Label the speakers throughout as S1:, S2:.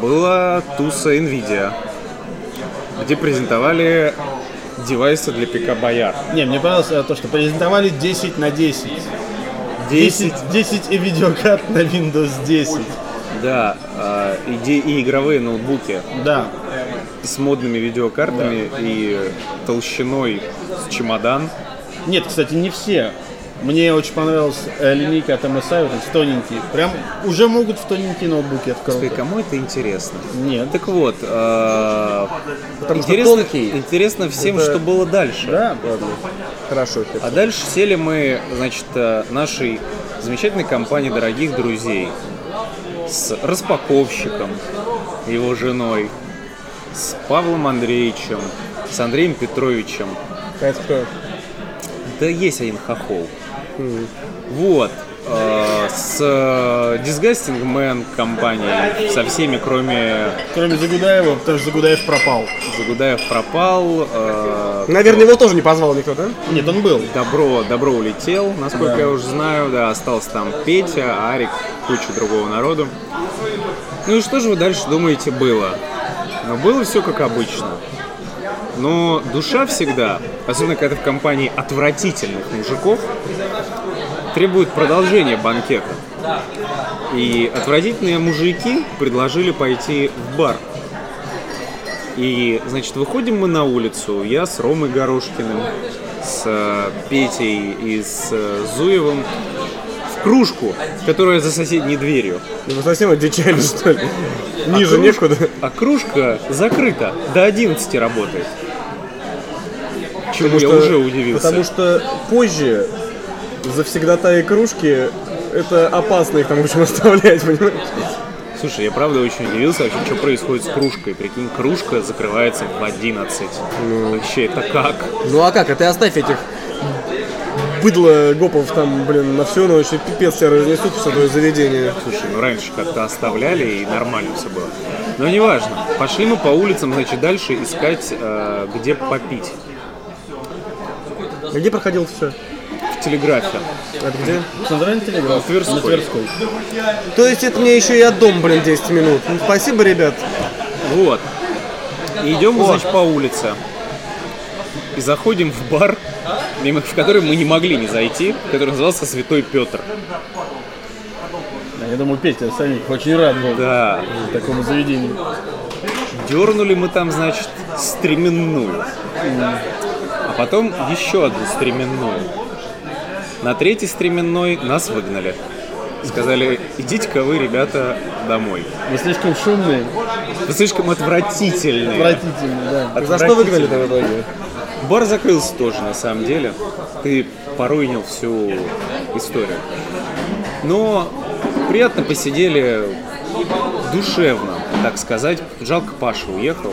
S1: была туса NVIDIA, где презентовали девайсы для ПК Бояр.
S2: Не, мне понравилось э, то, что презентовали 10 на 10.
S1: 10,
S2: 10, 10 и видеокарт на Windows 10.
S1: да, а, и, де- и игровые ноутбуки
S2: Да.
S1: с модными видеокартами и толщиной с чемодан.
S2: Нет, кстати, не все. Мне очень понравилась э, линейка от MSI, вот эти тоненькие. Прям уже могут в тоненькие ноутбуки
S1: И
S2: открыть.
S1: кому это интересно?
S2: Нет.
S1: Так вот, а,
S3: Потому что
S1: интересно,
S3: тонкий.
S1: интересно всем,
S3: Это-
S1: что было дальше.
S2: Да?
S3: Ладно. Хорошо, Фед.
S1: А дальше сели мы, значит, э, нашей замечательной компании дорогих друзей с распаковщиком, его женой, с Павлом Андреевичем, с Андреем Петровичем.
S3: Это кто?
S1: Да есть один хохол. Вот. э, С э, Disgusting Man компанией, со всеми, кроме
S2: Кроме Загудаева, потому что Загудаев пропал.
S1: Загудаев пропал. э,
S3: Наверное, его тоже не позвал никто, да?
S2: Нет, он был.
S1: Добро, добро улетел, насколько я уже знаю, да, остался там Петя, Арик, куча другого народу. Ну и что же вы дальше думаете было? Ну, было все как обычно. Но душа всегда, особенно когда ты в компании отвратительных мужиков, требует продолжения банкета. И отвратительные мужики предложили пойти в бар. И, значит, выходим мы на улицу. Я с Ромой Горошкиным, с э, Петей и с э, Зуевым в кружку, которая за соседней дверью.
S3: Ну, Вы совсем одичали, что ли? Ниже
S1: А круж-
S3: некуда.
S1: А кружка закрыта. До 11 работает. Чему я
S3: что-
S1: уже удивился.
S3: Потому что позже завсегдатаи кружки это опасно их там, в общем, оставлять, понимаешь?
S1: Слушай, я правда очень удивился вообще, что происходит с кружкой. Прикинь, кружка закрывается в 11. Вообще, это как?
S3: Ну а как, а ты оставь этих быдло гопов там, блин, на всю ночь, и пипец тебя разнесут все твое заведение.
S1: Слушай, ну раньше как-то оставляли и нормально все было. Но неважно. Пошли мы по улицам, значит, дальше искать, э, где попить.
S3: А Где проходил все?
S1: В телеграфе.
S3: Это где?
S2: Центральный телеграф.
S1: На Тверской.
S2: На Тверской.
S3: То есть это мне еще и от дома, блин, 10 минут. Ну, спасибо, ребят.
S1: Вот. И идем, мы, значит, по улице. И заходим в бар, мимо в который мы не могли не зайти, который назывался Святой Петр.
S2: Да, Я думаю, Петя Саник очень рад был
S1: Да.
S2: такому заведению.
S1: Дернули мы там, значит, стременную. А потом еще одну стременную. На третьей стременной нас выгнали. Сказали, идите-ка вы, ребята, домой.
S2: Вы слишком шумные,
S1: Вы слишком отвратительные.
S2: отвратительные, да.
S3: А За что выгнали
S1: Отвратительные.
S3: в итоге?
S1: Бар закрылся тоже, на самом деле. Ты поруинил всю историю. Но приятно посидели душевно, так сказать. Жалко, Паша уехал.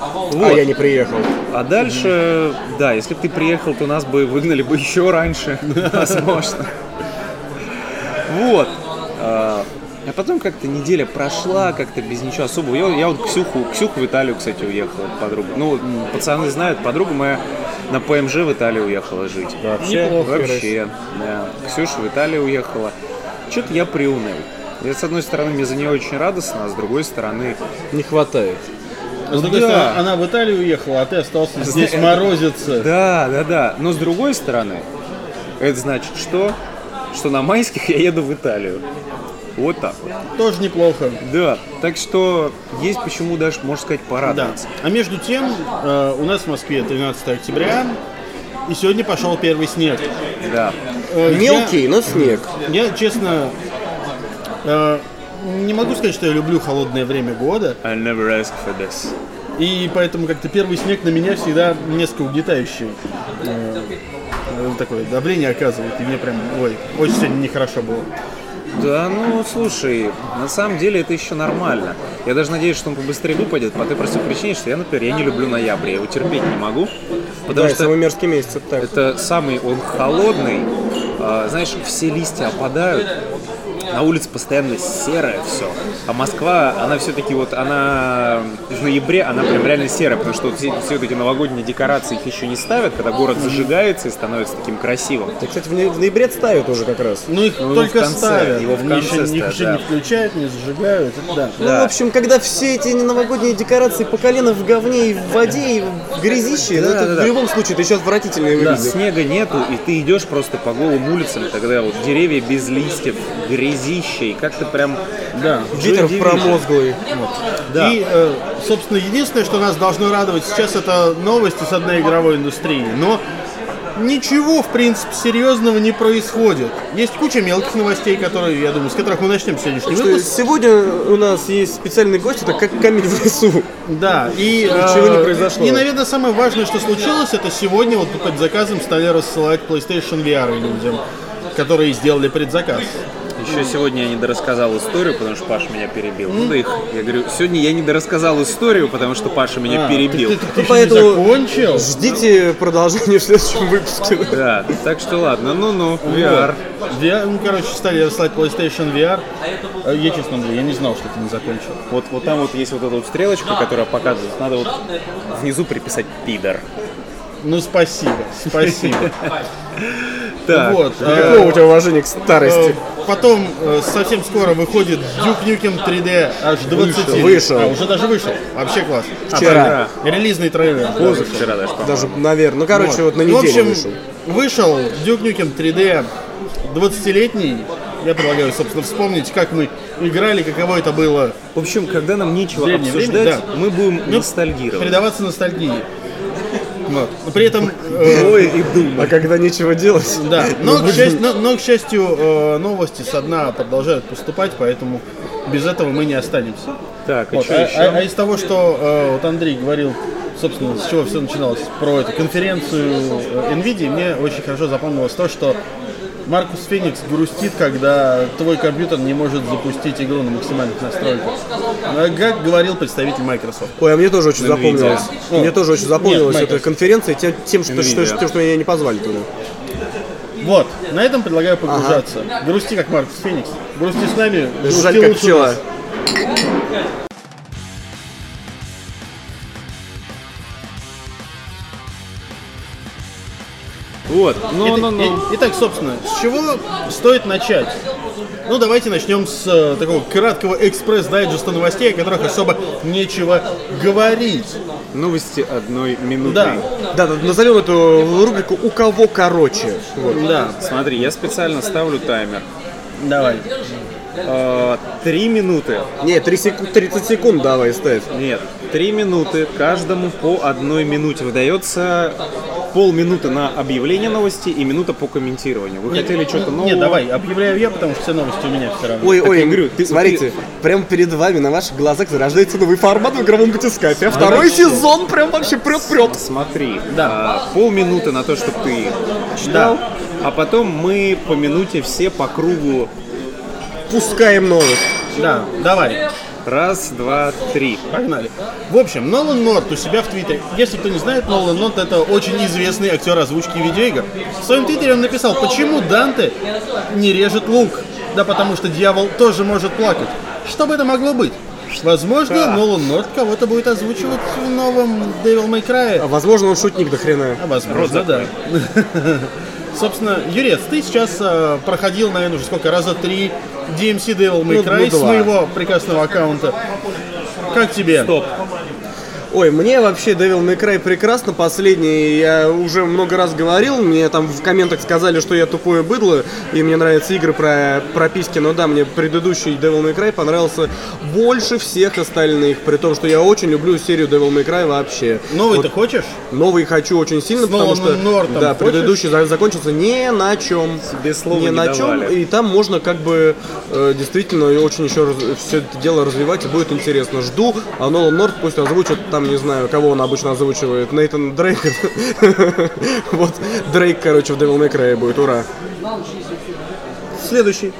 S3: А
S1: Вот.
S3: я не приехал.
S1: А дальше, да, если бы ты приехал, то нас бы выгнали бы еще раньше, возможно. Вот. А а потом как-то неделя прошла, как-то без ничего особого. Я, я вот Ксюху, Ксюху в Италию, кстати, уехала, подруга. Ну, м, пацаны знают, подруга моя на ПМЖ в Италию уехала жить.
S3: Вообще? Неплохо,
S1: Вообще, да. Ксюша в Италию уехала. Что-то я приуныл. Я, с одной стороны, мне за нее очень радостно, а с другой стороны,
S3: Не хватает.
S2: С другой
S1: Да.
S2: стороны, она в Италию уехала, а ты остался здесь
S1: Зна-
S2: морозиться.
S1: Да, да, да. Но с другой стороны, это значит что? Что на майских я еду в Италию. Вот так вот.
S2: Тоже неплохо.
S1: Да. Так что есть почему даже, можно сказать,
S2: Да.
S1: порадоваться.
S2: А между тем, э, у нас в Москве 13 октября, и сегодня пошел первый снег.
S1: Да.
S2: Э, я-
S3: Мелкий, но снег.
S2: Я, честно, э, не могу сказать, что я люблю холодное время года,
S1: I never ask for this.
S2: и поэтому как-то первый снег на меня всегда несколько угнетающий э, э, такое давление оказывает, и мне прям, ой, очень сегодня нехорошо было.
S1: Да, ну, слушай, на самом деле это еще нормально. Я даже надеюсь, что он побыстрее выпадет по той простой причине, что я, например, я не люблю ноябрь, я его терпеть не могу. Потому
S3: Да,
S1: что
S3: самый мерзкий месяц, это так.
S1: Это самый он холодный. а, знаешь, все листья опадают, на улице постоянно серое все. А Москва, она все-таки вот, она в ноябре, она прям реально серая, потому что все-таки новогодние декорации их еще не ставят, когда город зажигается и становится таким красивым.
S3: Да, кстати, в ноя- в ноябре ставят уже как раз.
S2: Ну их
S1: Ну, его
S2: только
S1: в конце,
S2: ставят,
S1: его в
S2: Они
S1: конце
S2: еще- их
S1: ставят,
S2: еще
S1: да.
S2: не включают, не зажигают, это да.
S3: Ну, в общем, когда все эти новогодние декорации по колено в говне и в воде и в грязище, ну,
S1: Да,
S3: это
S1: да, да.
S3: в любом случае это еще отвратительнее
S1: Да,
S3: выглядит.
S1: снега нету, и ты идешь просто по голым улицам, тогда вот деревья без листьев, грязище, и как-то прям...
S2: Да.
S3: Ветер
S1: Joy Division.
S3: промозглый.
S1: Да.
S2: И, э, собственно, единственное, что нас должно радовать сейчас, это новости с одной игровой индустрии. Но ничего, в принципе, серьезного не происходит. Есть куча мелких новостей, которые, я думаю, с которых мы начнем сегодняшний
S3: Что
S2: выпуск.
S3: Ну, Сегодня у нас есть специальный гость, это как камень в лесу.
S2: Да, и... э,
S3: Ничего не произошло.
S2: И, наверное, самое важное, что случилось, это сегодня вот по предзаказам стали рассылать PlayStation VR людям, которые сделали предзаказ.
S1: Еще сегодня я не дорассказал историю, потому что Паша меня перебил. Ну да их, я говорю, сегодня я не дорассказал историю, потому что Паша меня
S2: А,
S1: перебил.
S2: Ты, ты- ты ещё не
S3: поэтому-
S2: закончил?
S3: Ждите продолжения в следующем выпуске.
S1: Да, так что ладно, ну, ну-ну, VR.
S2: VR, ну, короче, стали рассылать PlayStation VR. Э, Я, честно говоря, я не знал, что ты не закончил.
S1: Вот, вот там вот есть вот эта вот стрелочка, которая показывает, надо вот внизу приписать пидор.
S2: Ну, спасибо, спасибо.
S1: Так,
S2: Вот. э,
S3: Какого у тебя уважения к старости?
S2: э, Потом э, совсем скоро выходит Duke Nukem 3D аж 20.
S3: вышел.
S2: А, уже даже вышел. Вообще класс.
S3: Вчера.
S2: А, правильно. Релизный трейлер.
S1: позавчера даже, по-моему.
S3: Ну, Даже, наверное. Ну, короче, вот на
S2: Ну, в
S3: неделю
S2: общем,
S3: вышел.
S2: вышел Duke Nukem 3D 20-летний. Я предлагаю, собственно, вспомнить, как мы играли, каково это было
S1: В общем, когда нам нечего
S2: Время, время,
S1: обсуждать,
S2: да.
S1: мы будем
S2: Ну,
S1: ностальгировать.
S2: Предаваться ностальгии. Вот. Но При этом, э,
S1: Ой, и думать.
S3: А когда нечего делать,
S2: да. Но, к счастью, но- но, к счастью, э, новости со дна продолжают поступать, поэтому без этого мы не останемся.
S1: Так, а
S2: Вот,
S1: что
S2: а,
S1: еще?
S2: а- а из того, что э, вот Андрей говорил, собственно, с чего все начиналось, про эту конференцию э, NVIDIA, мне очень хорошо запомнилось то, что Маркус Феникс грустит, когда твой компьютер не может запустить игру на максимальных настройках. Э, Как говорил представитель Microsoft.
S3: Ой, а мне тоже очень запомнилось.
S2: О.
S3: Мне тоже очень запомнилось
S2: Нет,
S3: эта
S2: Microsoft.
S3: конференция тем, тем, что, что,
S1: Nvidia.
S3: тем, что меня не позвали туда.
S2: Вот, на этом предлагаю погружаться. Грусти, как Маркус Феникс. Грусти с нами, грусти
S3: Жаль, как
S2: лучше
S3: пчела.
S2: нас.
S1: Вот, ну,
S2: Ит-
S1: ну, ну.
S2: и- Итак, собственно, с чего стоит начать? Ну, давайте начнем с э, такого краткого экспресс-дайджеста новостей, о которых особо нечего говорить.
S1: Новости одной минуты.
S2: Да,
S3: Да, да, назовем эту рубрику «У кого короче». Вот.
S2: да,
S1: А, Смотри, я специально ставлю таймер.
S2: давай.
S1: Э, Три минуты.
S3: Не, 3 секу- 30 секунд давай ставь.
S1: Нет, три минуты. Каждому по одной минуте выдается полминуты на объявление новости и минута по комментированию. Вы хотели что-то нового?
S2: Не, давай, объявляю я, потому что все новости у меня все равно.
S3: Ой,
S1: Так
S3: ой,
S1: я говорю, ты-
S3: смотрите, прямо перед вами на ваших глазах зарождается новый формат в игровом батискафе. А второй сезон прям вообще прет-прет.
S1: Смотри,
S2: Да.
S1: а, полминуты на то, что ты читал, а потом мы по минуте все по кругу.
S3: Пускаем новых.
S2: Да, давай,
S1: Раз, два, три.
S2: погнали. В общем, Нолан Норт у себя в Твиттере. Если кто не знает, Нолан Норт это очень известный актер озвучки видеоигр. В своем Твиттере он написал, почему Данте не режет лук. Да потому что дьявол тоже может плакать. Что бы это могло быть? Возможно, Нолан Норт кого-то будет озвучивать в новом Devil May Cry.
S3: А возможно, он шутник до хрена.
S2: А Возможно, да. Собственно, Юрец, ты сейчас э, проходил, наверное, уже сколько раза три DMC Devil May
S3: Ну,
S2: Cry
S3: ну,
S2: с
S3: два.
S2: моего прекрасного аккаунта. Как тебе?
S1: Стоп.
S3: Ой, мне вообще Devil May Cry прекрасно. Последний я уже много раз говорил. Мне там в комментах сказали, что я тупое быдло, и мне нравятся игры про прописки. Но да, мне предыдущий Devil May Cry понравился больше всех остальных. При том, что я очень люблю серию Devil May Cry вообще.
S2: Новый
S3: Вот
S2: ты хочешь?
S3: Новый хочу очень сильно,
S2: С
S3: потому что
S2: Ноланом Нортом
S3: да,
S2: хочешь?
S3: предыдущий за- закончился не на чем.
S1: Тебе слова не
S3: на
S1: давали.
S3: чем. И там можно как бы э, действительно очень еще все это дело развивать и будет интересно. Жду, а Нолан Норт пусть озвучит, там не знаю, кого он обычно озвучивает, Нейтан Дрейк. Вот, Дрейк, короче, в Devil May Cry будет, ура. Следующий.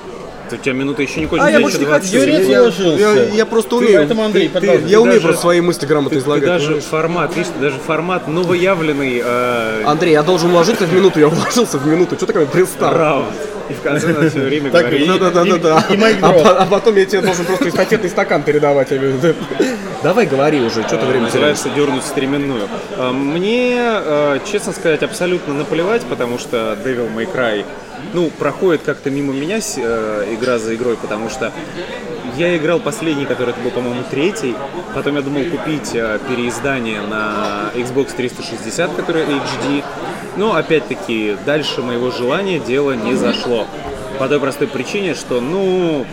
S1: У тебя минута еще не кончилась.
S3: А, я
S1: еще
S3: больше не
S1: 20.
S3: хочу.
S2: Юрец
S3: Я-
S2: уложился.
S3: я- Я просто
S2: Ты
S3: умею.
S2: поэтому, Андрей,
S3: Ты- ты-
S2: продолжай.
S3: Я умею
S1: Даже-
S3: просто свои мысли грамотно
S1: Ты
S3: излагать.
S1: даже формат, видишь, ты даже формат новоявленный э,
S3: Андрей, я должен уложиться в минуту, я уложился в минуту. Что такое пристал?
S1: раунд. И в конце она все время
S2: Так
S1: говорит.
S2: и-
S3: Да-да-да-да.
S2: и- и Майк
S3: А
S2: Дроп.
S3: по- А потом я тебе должен просто эстафетный стакан передавать. Я говорю, «Да, Давай говори уже, что ты время теряешь.
S1: Называется дернуть стременную. Э, Мне, э, честно сказать, абсолютно наплевать, потому что Devil May Cry ну, проходит как-то мимо меня с- э, игра за игрой, потому что я играл последний, который это был, по-моему, третий. Потом я думал купить э, переиздание на Xbox 360, которое HD. Но, опять-таки, дальше моего желания дело не зашло. По той простой причине, что, ну,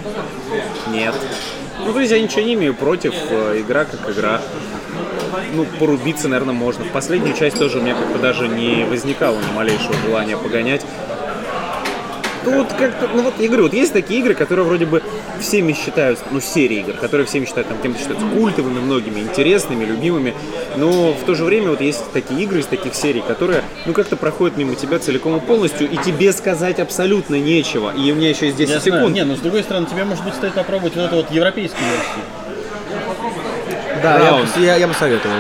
S1: нет. Ну, то есть я ничего не имею против, э, игра как игра. Ну, порубиться, наверное, можно. В последнюю часть тоже у меня как-то даже не возникало ни малейшего желания погонять. Тут как-то, ну вот, я говорю, вот есть такие игры, которые вроде бы всеми считают, ну, серии игр, которые всеми считают, там, кем-то считаются культовыми, многими интересными, любимыми, но в то же время вот есть такие игры из таких серий, которые, ну, как-то проходят мимо тебя целиком и полностью, и тебе сказать абсолютно нечего, и у меня еще есть 10
S2: Я знаю.
S1: секунд.
S2: Не, ну с другой стороны, тебе, может быть, стоит попробовать вот эту вот европейскую версию.
S3: Да, я
S1: Раунд.
S3: бы- я, я бы советовал.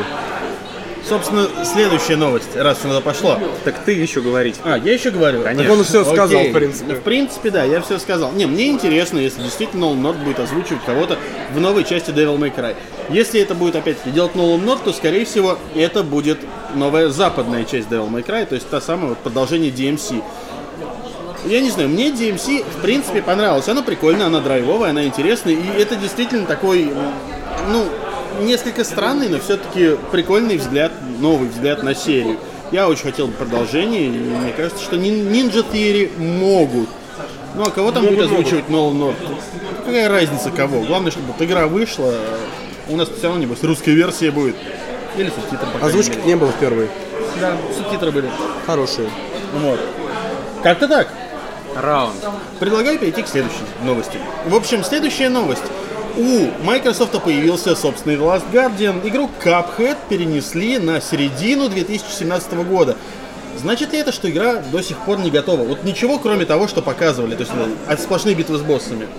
S2: Собственно, следующая новость, раз сюда пошло.
S1: Так ты еще говорить.
S2: А, я еще говорю.
S1: Конечно.
S3: Он все сказал,
S2: Окей.
S3: в принципе.
S2: В принципе, да, я все сказал. Не, мне интересно, если действительно Nolan North будет озвучивать кого-то в новой части Devil May Cry. Если это будет опять-таки делать Nolan North, то, скорее всего, это будет новая западная часть Devil May Cry, то есть та самая вот продолжение DMC. Я не знаю, мне DMC в принципе понравилось. Она прикольная, она драйвовая, она интересная. И это действительно такой, ну, несколько странный, но все-таки прикольный взгляд, новый взгляд на серию. Я очень хотел бы продолжение, и мне кажется, что нин- Ninja Theory могут. Ну а кого там будет озвучивать Нолан Норт? Какая разница кого? Главное, чтобы вот игра вышла. У нас все равно, небось, русская версия будет. Или субтитры, по крайней
S3: Озвучки
S2: мере.
S3: не было в первой.
S2: Да, субтитры были.
S3: Хорошие.
S2: Вот. Как-то так.
S1: Раунд.
S2: Предлагаю перейти к следующей новости. В общем, следующая новость. У Microsoft появился собственный The Last Guardian. Игру Cuphead перенесли на середину 2017 года. Значит ли это, что игра до сих пор не готова? Вот ничего, кроме того, что показывали. То есть ну, а сплошные битвы с боссами.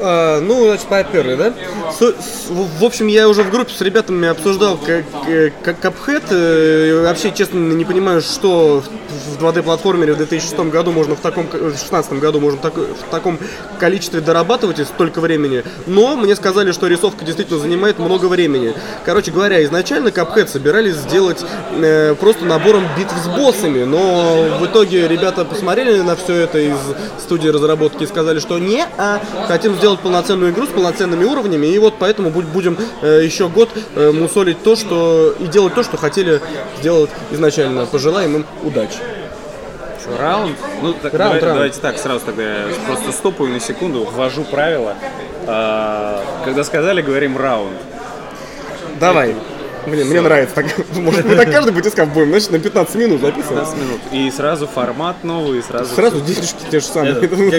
S3: А, ну, значит, поперли, да? Со- с- в в общем, я уже в группе с ребятами обсуждал как, э, как Cuphead. э, Вообще, честно, не понимаю, что в в 2D-платформере в 2006 году можно в таком... к- В 2016 году можно так- в таком количестве дорабатывать и столько времени. Но мне сказали, что рисовка действительно занимает много времени. Короче говоря, изначально Cuphead собирались сделать э, просто набором битв с боссами. Но в итоге ребята посмотрели на все это из студии разработки и сказали, что не, а хотим сделать полноценную игру с полноценными уровнями, и вот поэтому будь- будем еще год э, мусолить то, что и делать то, что хотели сделать изначально. Пожелаем им удачи.
S1: Раунд? Ну, так, давай-
S3: Раунд, раунд.
S1: давайте так, сразу тогда я просто стопаю на секунду, ввожу правила. А, когда сказали, говорим раунд.
S3: Давай. Блин, мне нравится так. Может, мы так каждый батискаф будем, значит, на 15 минут записываем.
S1: 15 минут. И сразу формат новый, и сразу...
S3: Сразу денежки те же
S2: Это,
S3: самые.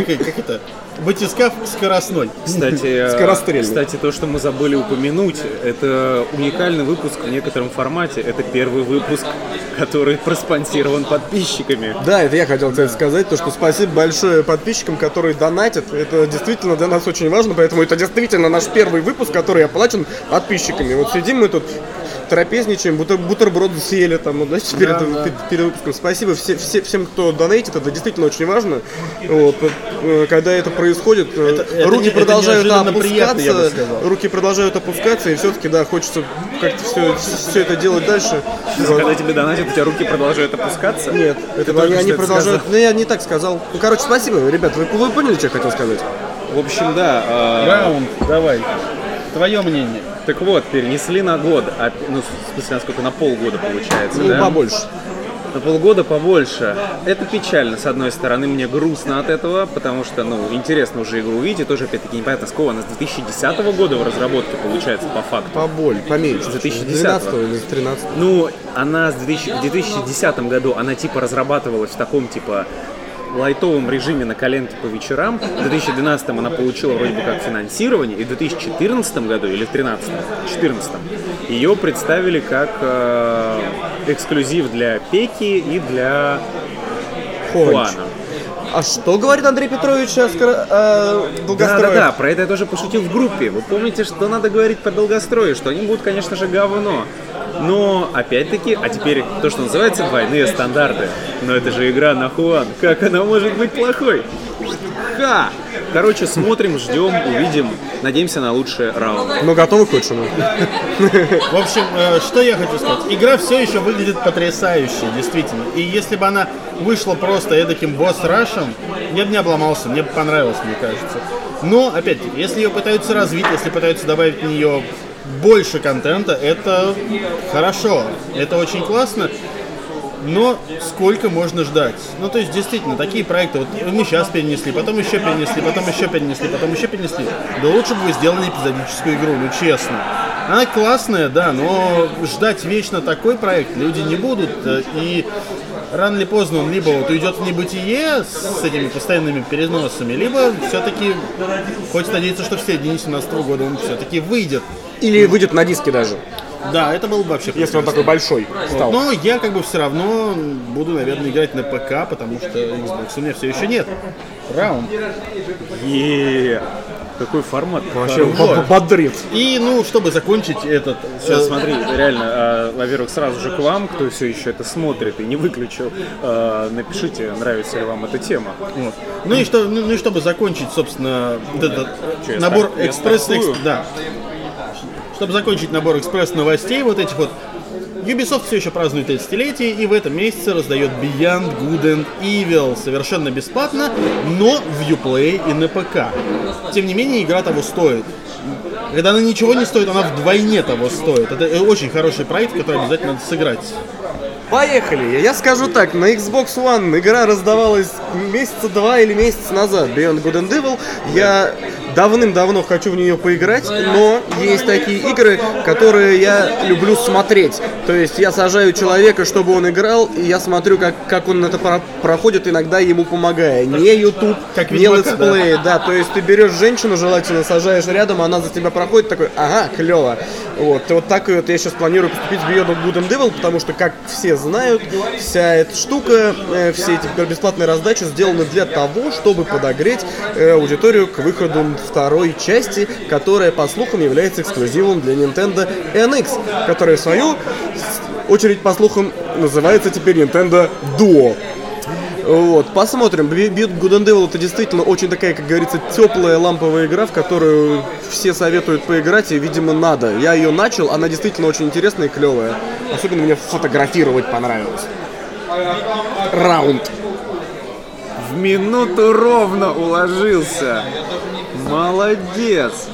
S2: Как как это? Батискаф скоростной.
S1: Кстати, э,
S3: Скорострельный.
S1: кстати, то, что мы забыли упомянуть, это уникальный выпуск в некотором формате. Это первый выпуск, который проспонсирован подписчиками.
S3: Да, это я хотел, кстати, сказать, то, что спасибо большое подписчикам, которые донатят. Это действительно для нас очень важно, поэтому это действительно наш первый выпуск, который оплачен подписчиками. Вот сидим мы тут, трапезничаем, бутер- бутерброды съели там, ну, знаете, перед, перед- перед выпуском. Спасибо все, все- всем, кто донатит, это действительно очень важно. Вот, э, когда это происходит, э,
S2: это
S3: руки
S2: не- это
S3: продолжают
S2: неожиданно
S3: опускаться,
S2: приятно, я бы сказал.
S3: руки продолжают опускаться, и все-таки, да, хочется как-то все, все это делать дальше. Вот.
S1: Когда тебе донатят, у тебя руки продолжают опускаться?
S3: Нет, это
S1: только
S3: они,
S1: что
S3: они
S1: это
S3: продолжают. Ну я не так сказал. Ну короче, спасибо, ребят, вы, вы поняли, что я хотел сказать?
S1: сказал. В общем, да. э,
S2: Раунд, давай. Твое мнение.
S1: Так вот, перенесли на год. А, ну, в смысле, насколько на полгода получается,
S3: Ну
S1: да?
S3: побольше.
S1: На полгода побольше. Это печально, с одной стороны, мне грустно от этого, потому что, ну, интересно уже игру увидеть, тоже, опять-таки, непонятно, с кого она с 2010 года в разработке получается, по факту.
S3: Побольше, поменьше.
S1: 2010.
S3: 12 или 13
S1: Ну, она с 2000 в 2010 году, она, типа, разрабатывалась в таком, типа, лайтовом режиме на коленке по вечерам. В 2012 она получила вроде бы как финансирование, и в 2014 году, или в 2013, 14 ее представили как э, эксклюзив для Пеки и для
S3: Хуанч.
S1: Хуана.
S3: А что говорит Андрей Петрович о, скоро- э, о
S1: Да, да,
S3: долгостроях?
S1: да, про это я тоже пошутил в группе. Вы помните, что надо говорить про долгострои, что они будут, конечно же, говно. Но, опять-таки, а теперь то, что называется двойные стандарты. Но это же игра на Хуан. Как она может быть плохой? Ха! Короче, смотрим, ждем, увидим. Надеемся на лучшие раунды.
S3: Но Ну, готовы к лучшему.
S2: В общем, э, что я хочу сказать. Игра все еще выглядит потрясающе, действительно. И если бы она вышла просто эдаким босс-рашем, я бы не обломался, мне бы понравилось, мне кажется. Но, опять-таки, если ее пытаются развить, если пытаются добавить в нее больше контента, это хорошо, это очень классно. Но сколько можно ждать? Ну, то есть, действительно, такие проекты, вот мы сейчас перенесли, потом еще перенесли, потом еще перенесли, потом еще перенесли. Да лучше бы вы сделали эпизодическую игру, ну честно. Она классная, да, но ждать вечно такой проект люди не будут. э, И рано или поздно он либо вот уйдет в небытие с этими постоянными переносами, либо все-таки хочется надеяться, что в середине 2017 года он все-таки выйдет.
S3: Или выйдет на диске даже,
S2: Да, это было бы вообще
S3: если он
S2: прекрасно.
S3: такой большой стал.
S2: Но я как бы все равно буду, наверное, играть на ПК, потому что Xbox у меня все еще нет. Раунд.
S1: е Какой формат.
S3: Ну, Вообще
S2: Хорошо.
S3: б- бодрит.
S2: И, ну, чтобы закончить этот...
S1: Сейчас
S2: э,
S1: смотри, реально, а, во-первых, сразу же к вам, кто все еще это смотрит и не выключил, а, напишите, нравится ли вам эта тема.
S2: вот. Ну и, что, ну, ну и чтобы закончить, собственно, вот этот
S1: Чё, я
S2: набор
S1: стар- я
S2: экспресс...
S1: стартую?
S2: экс- Да. Чтобы закончить набор экспресс-новостей вот этих вот, Ubisoft все еще празднует 30-летие и в этом месяце раздает Beyond Good and Evil совершенно бесплатно, но в Uplay и на ПК. Тем не менее, игра того стоит. Когда она ничего не стоит, она вдвойне того стоит. Это э, очень хороший проект, который обязательно надо сыграть.
S3: Поехали! Я скажу так, на Xbox One игра раздавалась месяца два или месяц назад, Beyond Good and Evil. Я давным-давно хочу в нее поиграть, но есть такие игры, которые я люблю смотреть. То есть я сажаю человека, чтобы он играл, и я смотрю, как, как он это про- проходит, иногда ему помогая. Не YouTube,
S2: Как
S3: не
S2: Ведьмака, да.
S3: летсплей, Э, Да, то есть ты берешь женщину, желательно сажаешь рядом, она за тебя проходит, такой, ага, клево. Вот, и вот так вот я сейчас планирую поступить в Beyond Good and Devil, потому что, как все знают, вся эта штука, э, все эти бесплатные раздачи сделаны для того, чтобы подогреть э, аудиторию к выходу второй части, которая, по слухам, является эксклюзивом для Nintendo NX, которая, в свою очередь, по слухам, называется теперь Nintendo Duo. Вот, посмотрим. Б- Beyond Good and Evil это действительно очень такая, как говорится, теплая ламповая игра, в которую все советуют поиграть, и, видимо, надо. Я ее начал, она действительно очень интересная и клевая. Особенно мне фотографировать понравилось. Раунд.
S1: В минуту ровно уложился. Молодец.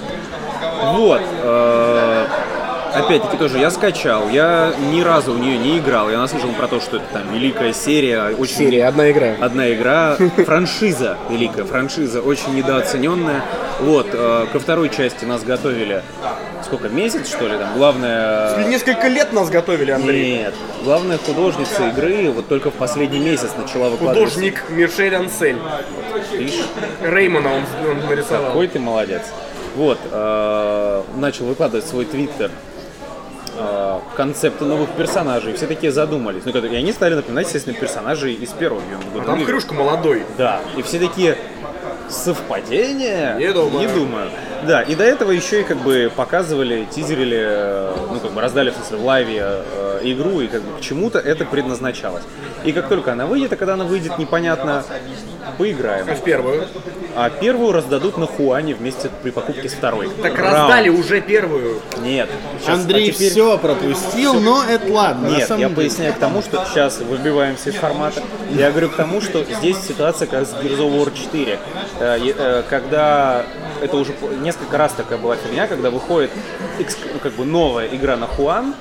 S1: Вот. э, Опять-таки тоже я скачал, я ни разу в нее не играл. Я наслышал про то, что это там великая серия, очень
S3: Серия, одна игра.
S1: одна игра, франшиза великая, франшиза очень недооцененная. Вот, э, ко второй части нас готовили сколько, месяц, что ли, там, главное...
S3: Несколько лет нас готовили, Андрей.
S1: Нет, главная художница игры вот только в последний месяц начала выкладывать.
S3: Художник Мишель Ансель.
S1: Видишь,
S3: Реймона он, он нарисовал.
S1: какой ты молодец. Вот, э, начал выкладывать свой твиттер э, концепты новых персонажей. Все такие задумались. Ну, которые- и они стали напоминать, естественно, персонажей из первого Beyond Good and
S3: А Там
S1: Evil.
S3: Хрюшка молодой.
S1: Да, и все такие совпадение?
S3: Не думаю.
S1: Не думаю. Да, и до этого еще и как бы показывали, тизерили, э, ну как бы раздали в смысле, в лайве э, игру, и как бы к чему-то это предназначалось. И как только она выйдет, а когда она выйдет, непонятно, поиграем.
S3: В первую.
S1: А первую раздадут на Хуане вместе при покупке с второй.
S3: Так
S1: Раунд.
S3: раздали уже первую.
S1: Нет. Сейчас-
S2: Андрей
S1: а теперь-
S2: все пропустил, но это ладно. на
S1: Нет,
S2: самом
S1: я
S2: деле.
S1: поясняю к тому, что сейчас выбиваемся из формата. Я говорю к тому, что здесь ситуация как с Gears of War 4. Э, е- э, Когда это уже п- несколько раз такая была фигня, когда выходит экск- ну, как бы новая игра на Хуан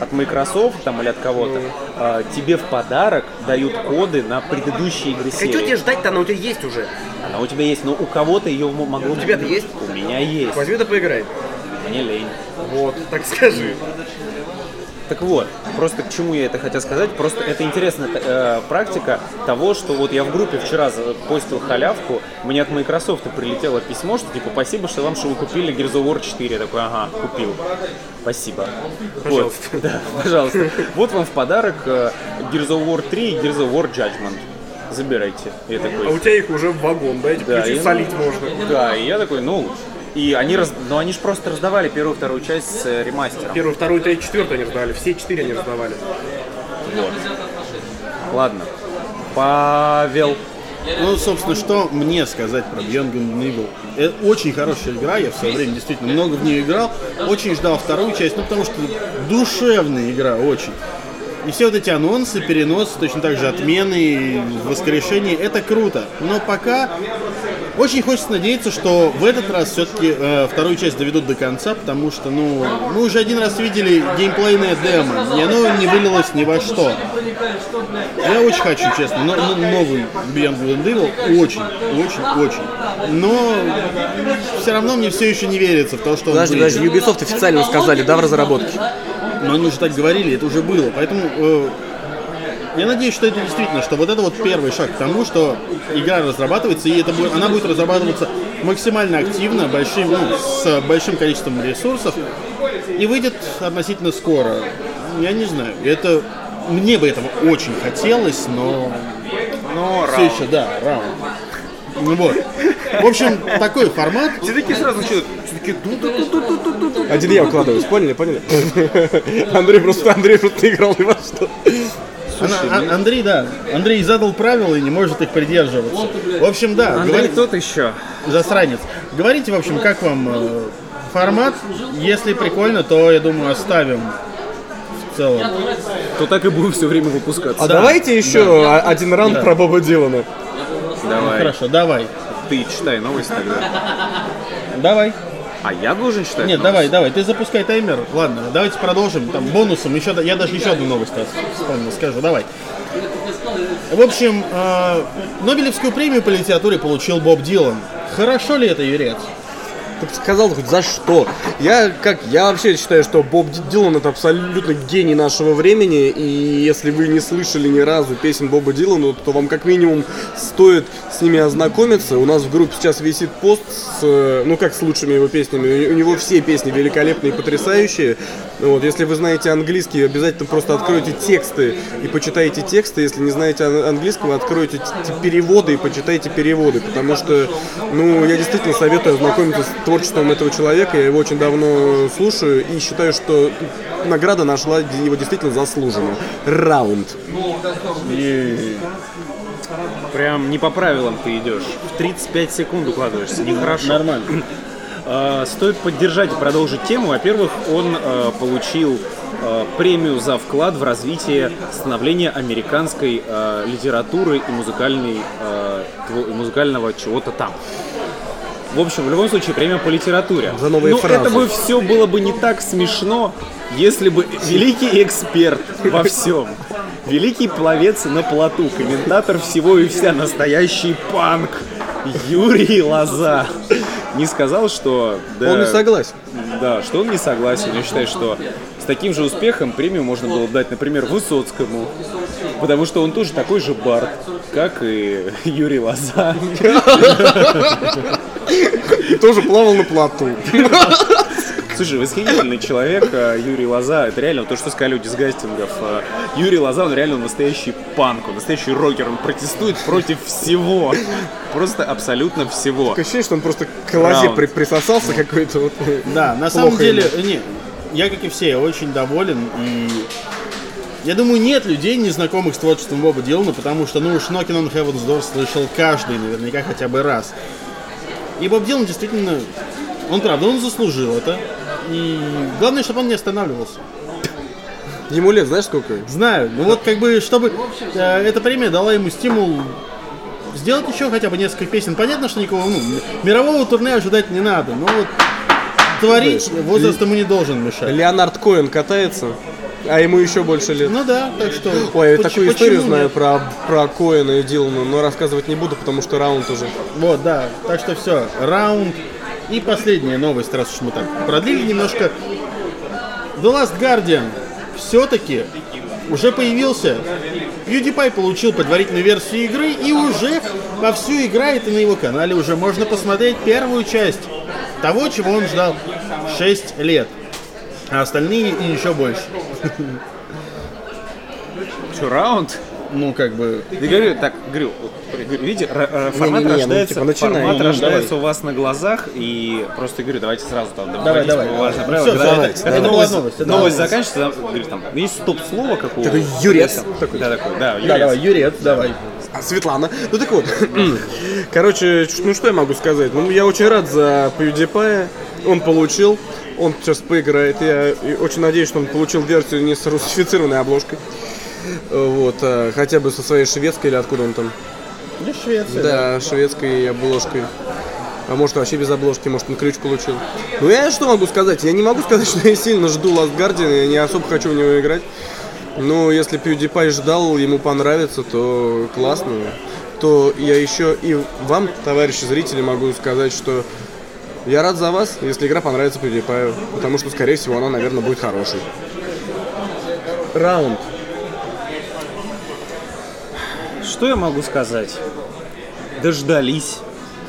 S1: от Microsoft там или от
S2: Ну.
S1: кого-то, э, тебе в подарок дают коды на предыдущие игры
S4: Да чего тебе
S1: серии.
S4: ждать-то, она у тебя есть уже.
S1: Она у тебя есть, но у кого-то ее м- могло быть.
S4: тебя-то есть?
S1: У меня есть.
S4: Возьми да поиграй.
S1: Мне лень.
S4: Вот, так скажи.
S1: Так вот, просто к чему я это хотел сказать, просто это интересная э, практика того, что вот я в группе вчера за- постил халявку, мне от Microsoft прилетело письмо, что типа спасибо, что вам, что вы купили Gears of War 4. Я такой, ага, купил. Спасибо. Пожалуйста. да, пожалуйста. Вот вам в подарок э, Gears of War 3 и Gears of War Judgment. Забирайте. Я такой,
S4: тебя их уже в вагон, да?
S1: да, и- Да, и я такой, ну,
S5: И они, раз... ну, они же просто раздавали первую, вторую часть с э, ремастером.
S4: Первую, вторую, третью, четвертую они раздавали. Все четыре они раздавали.
S5: Ладно. Павел.
S2: Ну, собственно, что мне сказать про Beyond Good and Evil? Это очень хорошая игра, я в свое время действительно много в нее играл. Очень ждал вторую часть, ну, потому что душевная игра очень. И все вот эти анонсы, переносы, точно так же отмены, воскрешения, это круто. Но пока очень хочется надеяться, что в этот раз все-таки вторую часть доведут до конца, потому что, ну, мы уже один раз видели геймплейное демо, и оно не вылилось ни во что. Я очень хочу, честно, но, но- новый Beyond Good and Evil. Очень, очень, очень. Но все равно мне все еще не верится в то, что он
S3: Подожди,
S2: будет.
S3: подожди, Ubisoft официально сказали, да, в разработке?
S2: Но они уже так говорили, это уже было. Поэтому э, я надеюсь, что это действительно, что вот это вот первый шаг к тому, что игра разрабатывается, и это будет, она будет разрабатываться максимально активно, большим, ну, с большим количеством ресурсов, и выйдет относительно скоро. Я не знаю, это мне бы этого очень хотелось, но
S5: Ну,
S2: все еще, да, раунд. Ну вот. В общем, такой формат.
S4: Все такие сразу начинают. Все такие ду ду ду ду ду ду ду
S3: Один я укладываюсь, поняли, поняли? Андрей просто, Андрей просто играл и во что.
S2: Она- А- Андрей, да. Андрей задал правила и не может их придерживаться. В общем, да,
S5: Андрей,
S2: говорит
S5: кто ты еще?
S2: засранец. Говорите, в общем, как вам э, формат? Если прикольно, то, я думаю, оставим в целом.
S5: То так и будем все время выпускаться.
S3: А давайте еще о- один раунд про Боба Дилана.
S1: ну
S5: Давай.
S2: Хорошо, давай.
S1: Ты читай новость тогда.
S2: Давай.
S5: А я должен читать?
S2: Нет, давай, давай. Ты запускай таймер. Ладно, давайте продолжим. Там бонусом еще. Я даже еще одну новость раз вспомнил, скажу. Давай. В общем, э, Нобелевскую премию по литературе получил Боб Дилан. Хорошо ли это, Юрец?
S3: Ты бы сказал хоть за что? Я как я вообще считаю, что Боб Ди- Дилан это абсолютно гений нашего времени, и если вы не слышали ни разу песен Боба Дилана, то вам как минимум стоит с ними ознакомиться. У нас в группе сейчас висит пост с, э, ну как с лучшими его песнями. У у него все песни великолепные и потрясающие. Ну Вот, если вы знаете английский, обязательно просто откройте тексты и почитайте тексты. Если не знаете ан- английского, откройте т- т- переводы и почитайте переводы. Потому что, ну, я действительно советую ознакомиться с творчеством этого человека. Я его очень давно слушаю и считаю, что награда нашла д- его действительно заслуженно. Раунд.
S1: Прям не по правилам ты идешь. В 35 секунд укладываешься. Нехорошо.
S2: Нормально.
S1: Э, Стоит поддержать и продолжить тему. Во-первых, он э, получил э, премию за вклад в развитие становления американской э, литературы и музыкальной, э, тво- и музыкального чего-то там. В общем, в любом случае, премия по литературе.
S3: За новые
S1: Но
S3: фразы.
S1: это бы все было бы не так смешно, если бы великий эксперт во всем, великий пловец на плоту, комментатор всего и вся, настоящий панк Юрий Лоза не сказал, что... да,
S3: Он не согласен.
S1: Да, что он не согласен. Я считаю, что с таким же успехом премию можно было бы дать, например, Высоцкому, потому что он тоже такой же бард, как и Юрий Лоза.
S3: И тоже плавал на плоту.
S1: Слушай, восхитительный человек э, Юрий Лоза. Это реально то, что сказали у дисгастингов. Э, Юрий Лоза, он реально настоящий панк, он настоящий рокер. Он протестует против всего. Просто абсолютно всего.
S3: Такое ощущение, что он просто к лозе
S1: Раунд.
S3: при- присосался какой-то. вот.
S2: Да, на самом
S3: Плохо
S2: деле, э, не, я, как и все, я очень доволен. И я думаю, нет людей, незнакомых с творчеством Боба Дилана, потому что, ну уж Knockin' on Heaven's Door слышал каждый наверняка хотя бы раз. И Боб Дилан действительно, он правда, он заслужил это. И главное, чтобы он не останавливался.
S3: Ему лет, знаешь, сколько?
S2: Знаю, ну вот как бы, чтобы э, эта премия дала ему стимул сделать еще хотя бы несколько песен. Понятно, что никого, ну, м- мирового турне ожидать не надо, но вот творить возраст ему не должен мешать.
S3: Леонард Коэн катается, а ему еще больше лет.
S2: Ну да, так что...
S3: Ой, я
S2: поч-
S3: такую
S2: почему
S3: историю
S2: нет?
S3: знаю про, про Коэна и Дилана, но рассказывать не буду, потому что раунд уже.
S2: Вот, да, так что все, раунд. И последняя новость, раз уж мы так продлили немножко. The Last Guardian все-таки уже появился. PewDiePie получил предварительную версию игры и уже вовсю играет, и на его канале уже можно посмотреть первую часть того, чего он ждал 6 лет. А остальные и еще больше.
S1: Чё, раунд?
S2: ну, как бы,
S1: Я говорю, так, говорю, вот, говорю, видите, ра- ра- формат
S3: Не-не-не, ну,
S1: рождается,
S3: типа, начинай,
S1: формат
S3: ну,
S1: рождается у вас на глазах, и просто говорю, давайте сразу там
S2: Давай,
S1: доводить
S2: давай.
S1: важное правило.
S2: Всё,
S1: Когда
S2: всё,
S1: это,
S2: давайте,
S1: когда
S2: да.
S1: новость,
S2: Новость, да.
S1: новость заканчивается, там, говорит, там, есть стоп-слово какого
S3: Такой юрец.
S1: Такой, да, такой, да, юрец.
S2: да, давай, Юрец, давай.
S3: А, Светлана. Ну так вот. Короче, ч- ну что я могу сказать? Ну, я очень рад за PewDiePie. Он получил. Он сейчас поиграет. Я и очень надеюсь, что он получил версию не с русифицированной обложкой. Э, Вот, а хотя бы со своей шведской или откуда он там.
S2: Ну, Швеция.
S3: Да, шведской обложкой. А может вообще без обложки, может он ключ получил. Ну я что могу сказать? Я не могу сказать, что я сильно жду Last Guardian, я не особо хочу в него играть. Но если PewDiePie ждал, ему понравится, то классно. То я еще и вам, товарищи зрители, могу сказать, что я рад за вас, если игра понравится PewDiePie, потому что, скорее всего, она, наверное, будет хорошей.
S2: Раунд.
S1: Что я могу сказать? Дождались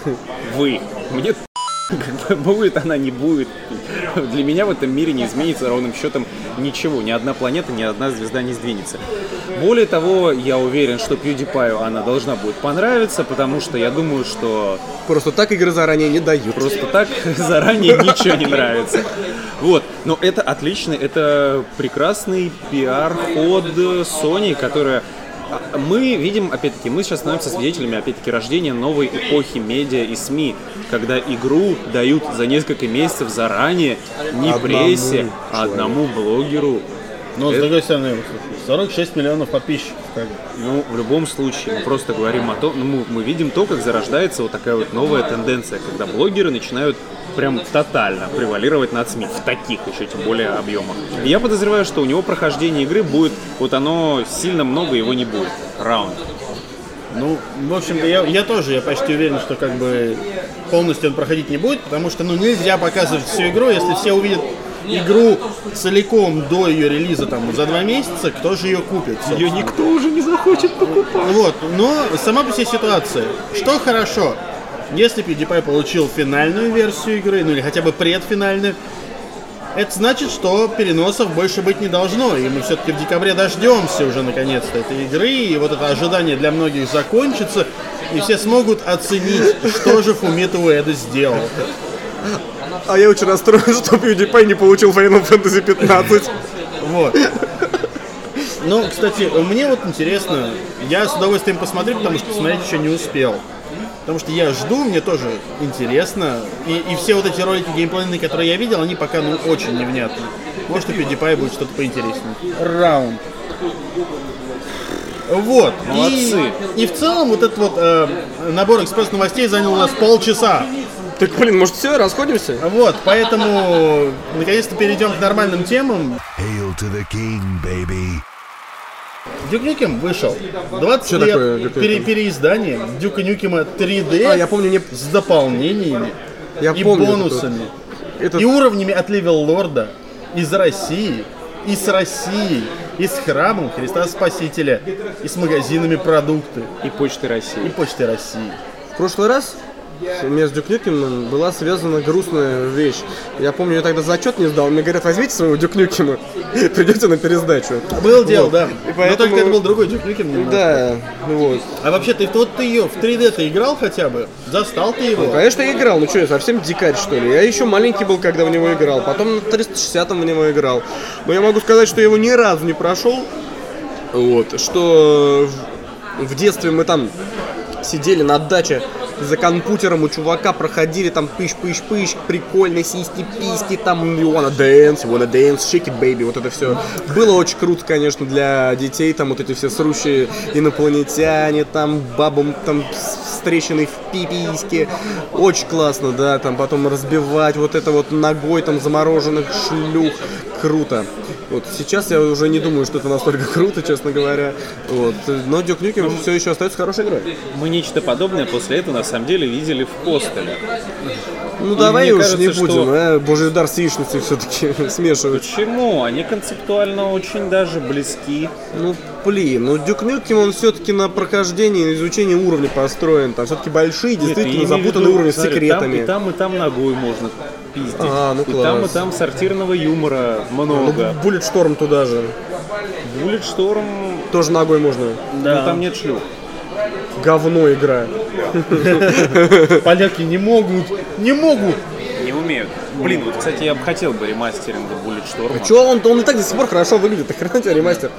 S1: вы. Мне как бы будет она, не будет. Для меня в этом мире не изменится ровным счетом ничего. Ни одна планета, ни одна звезда не сдвинется. Более того, я уверен, что PewDiePie она должна будет понравиться, потому что я думаю, что
S3: Просто так игры заранее не дают.
S1: Просто так заранее ничего не нравится. Вот, но это отлично, это прекрасный пиар-ход Sony, которая а, мы видим, опять-таки, мы сейчас становимся свидетелями, опять-таки, рождения новой эпохи медиа и СМИ, когда игру дают за несколько месяцев заранее, не
S3: Одному
S1: прессе, а
S3: человеку.
S1: одному блогеру.
S2: Но, Ну, с другой стороны, вот, слушай, 46 миллионов подписчиков, как бы.
S1: Ну, в любом случае, мы просто говорим о том, ну, мы, мы видим то, как зарождается вот такая вот новая тенденция, когда блогеры начинают прям тотально превалировать над СМИ в таких еще тем более объемах. И я подозреваю, что у него прохождение игры будет, вот оно сильно много его не будет. Раунд.
S2: Ну, в общем-то, я, я тоже, я почти уверен, что как бы полностью он проходить не будет, потому что ну нельзя показывать всю игру, если все увидят игру целиком до ее релиза там за два месяца, кто же ее купит? собственно?
S1: Ее никто уже не захочет покупать.
S2: Вот, но сама по себе ситуация. Что хорошо, если PewDiePie получил финальную версию игры, ну или хотя бы предфинальную, это значит, что переносов больше быть не должно, и мы все-таки в декабре дождемся уже наконец-то этой игры, и вот это ожидание для многих закончится, и все смогут оценить, что же Фумита Уэда сделал.
S3: А я очень расстроен, что PewDiePie не получил Final Fantasy 15.
S2: Вот. Ну, кстати, мне вот интересно, я с удовольствием посмотрю, потому что посмотреть еще не успел. Потому что я жду, мне тоже интересно. И, и все вот эти ролики геймплейные, которые я видел, они пока ну очень невнятны. Может, у PewDiePie будет что-то поинтереснее. Раунд. Вот. И-
S1: Молодцы.
S2: И, в целом вот этот вот э, набор экспресс-новостей занял у нас полчаса.
S3: Так, блин, может все, расходимся?
S2: Вот, поэтому наконец-то перейдем к нормальным темам.
S6: Hail to the king, baby.
S2: Дюк Нюкем вышел. 20
S3: Чё
S2: лет
S3: такое Дюк
S2: пере-
S3: Нюкем?
S2: переиздание Дюка Нюкема 3D
S3: А, я помню, мне-
S2: с дополнениями
S3: Я
S2: и
S3: помню
S2: бонусами,
S3: Это-
S2: и уровнями от Левел Лорда из России, и с России, и с храмом Христа Спасителя, и с магазинами продукты,
S1: И Почты
S2: и
S1: России.
S2: почтой России.
S3: В прошлый раз между Дюкнюкемом была связана грустная вещь. Я помню, я тогда зачет не сдал. Мне говорят, возьмите своего Дюкнюкема, придете на пересдачу.
S2: Было дело, да. Но
S3: поэтому-
S2: только это был другой Дюк Нюкем немножко.
S3: Да, вот.
S2: А вообще, ты вот ты ее в 3D ты играл хотя бы? Застал ты его?
S3: Конечно, я играл, ну что, я совсем дикарь, что ли? Я еще маленький был, когда в него играл, потом на 360-м в него играл. Но я могу сказать, что я его ни разу не прошел. Вот, что в, в детстве мы там сидели на даче за компьютером у чувака, проходили там пыщ-пыщ-пыщ, прикольно, сиськи-письки, там you wanna dance, you wanna dance, shake it, baby, вот это все. Было очень круто, конечно, для детей, там вот эти все срущие инопланетяне, там бабам там с- встреченный в пипиське. Очень классно, да, там потом разбивать вот это вот ногой там замороженных шлюх. Круто. Вот сейчас я уже не думаю, что это настолько круто, честно говоря. Вот. Но Дюк все еще остается хорошей игрой.
S1: Мы нечто подобное после этого на самом деле видели в постеле.
S3: Ну
S1: И
S3: давай
S1: мне
S3: уж не
S1: кажется,
S3: будем,
S1: что-
S3: а, божий удар с яичницей все-таки смешивать.
S1: Почему? Они концептуально очень даже близки.
S3: Ну блин, ну Дюк он все-таки на прохождении, на изучении уровня построен. Там все-таки большие,
S1: Нет, я
S3: действительно
S1: имею в
S3: запутанные
S1: виду,
S3: уровни с
S1: смотри,
S3: секретами.
S1: Там, и там, и там ногой можно пиздить.
S3: А, ну
S1: и там, и
S3: класс.
S1: там сортирного юмора много.
S3: Буллетшторм туда же. Ну,
S1: Bulletstorm,
S3: Тоже ногой можно.
S1: ну, там нет шлюх.
S3: Говно игра.
S2: Поляки не могут, не могут.
S1: Не умеют. Блин, вот, кстати, я бы хотел бы ремастеринга Bulletstorm.
S3: Че, он, он и так до сих пор хорошо выглядит, так хрена тебе ремастер.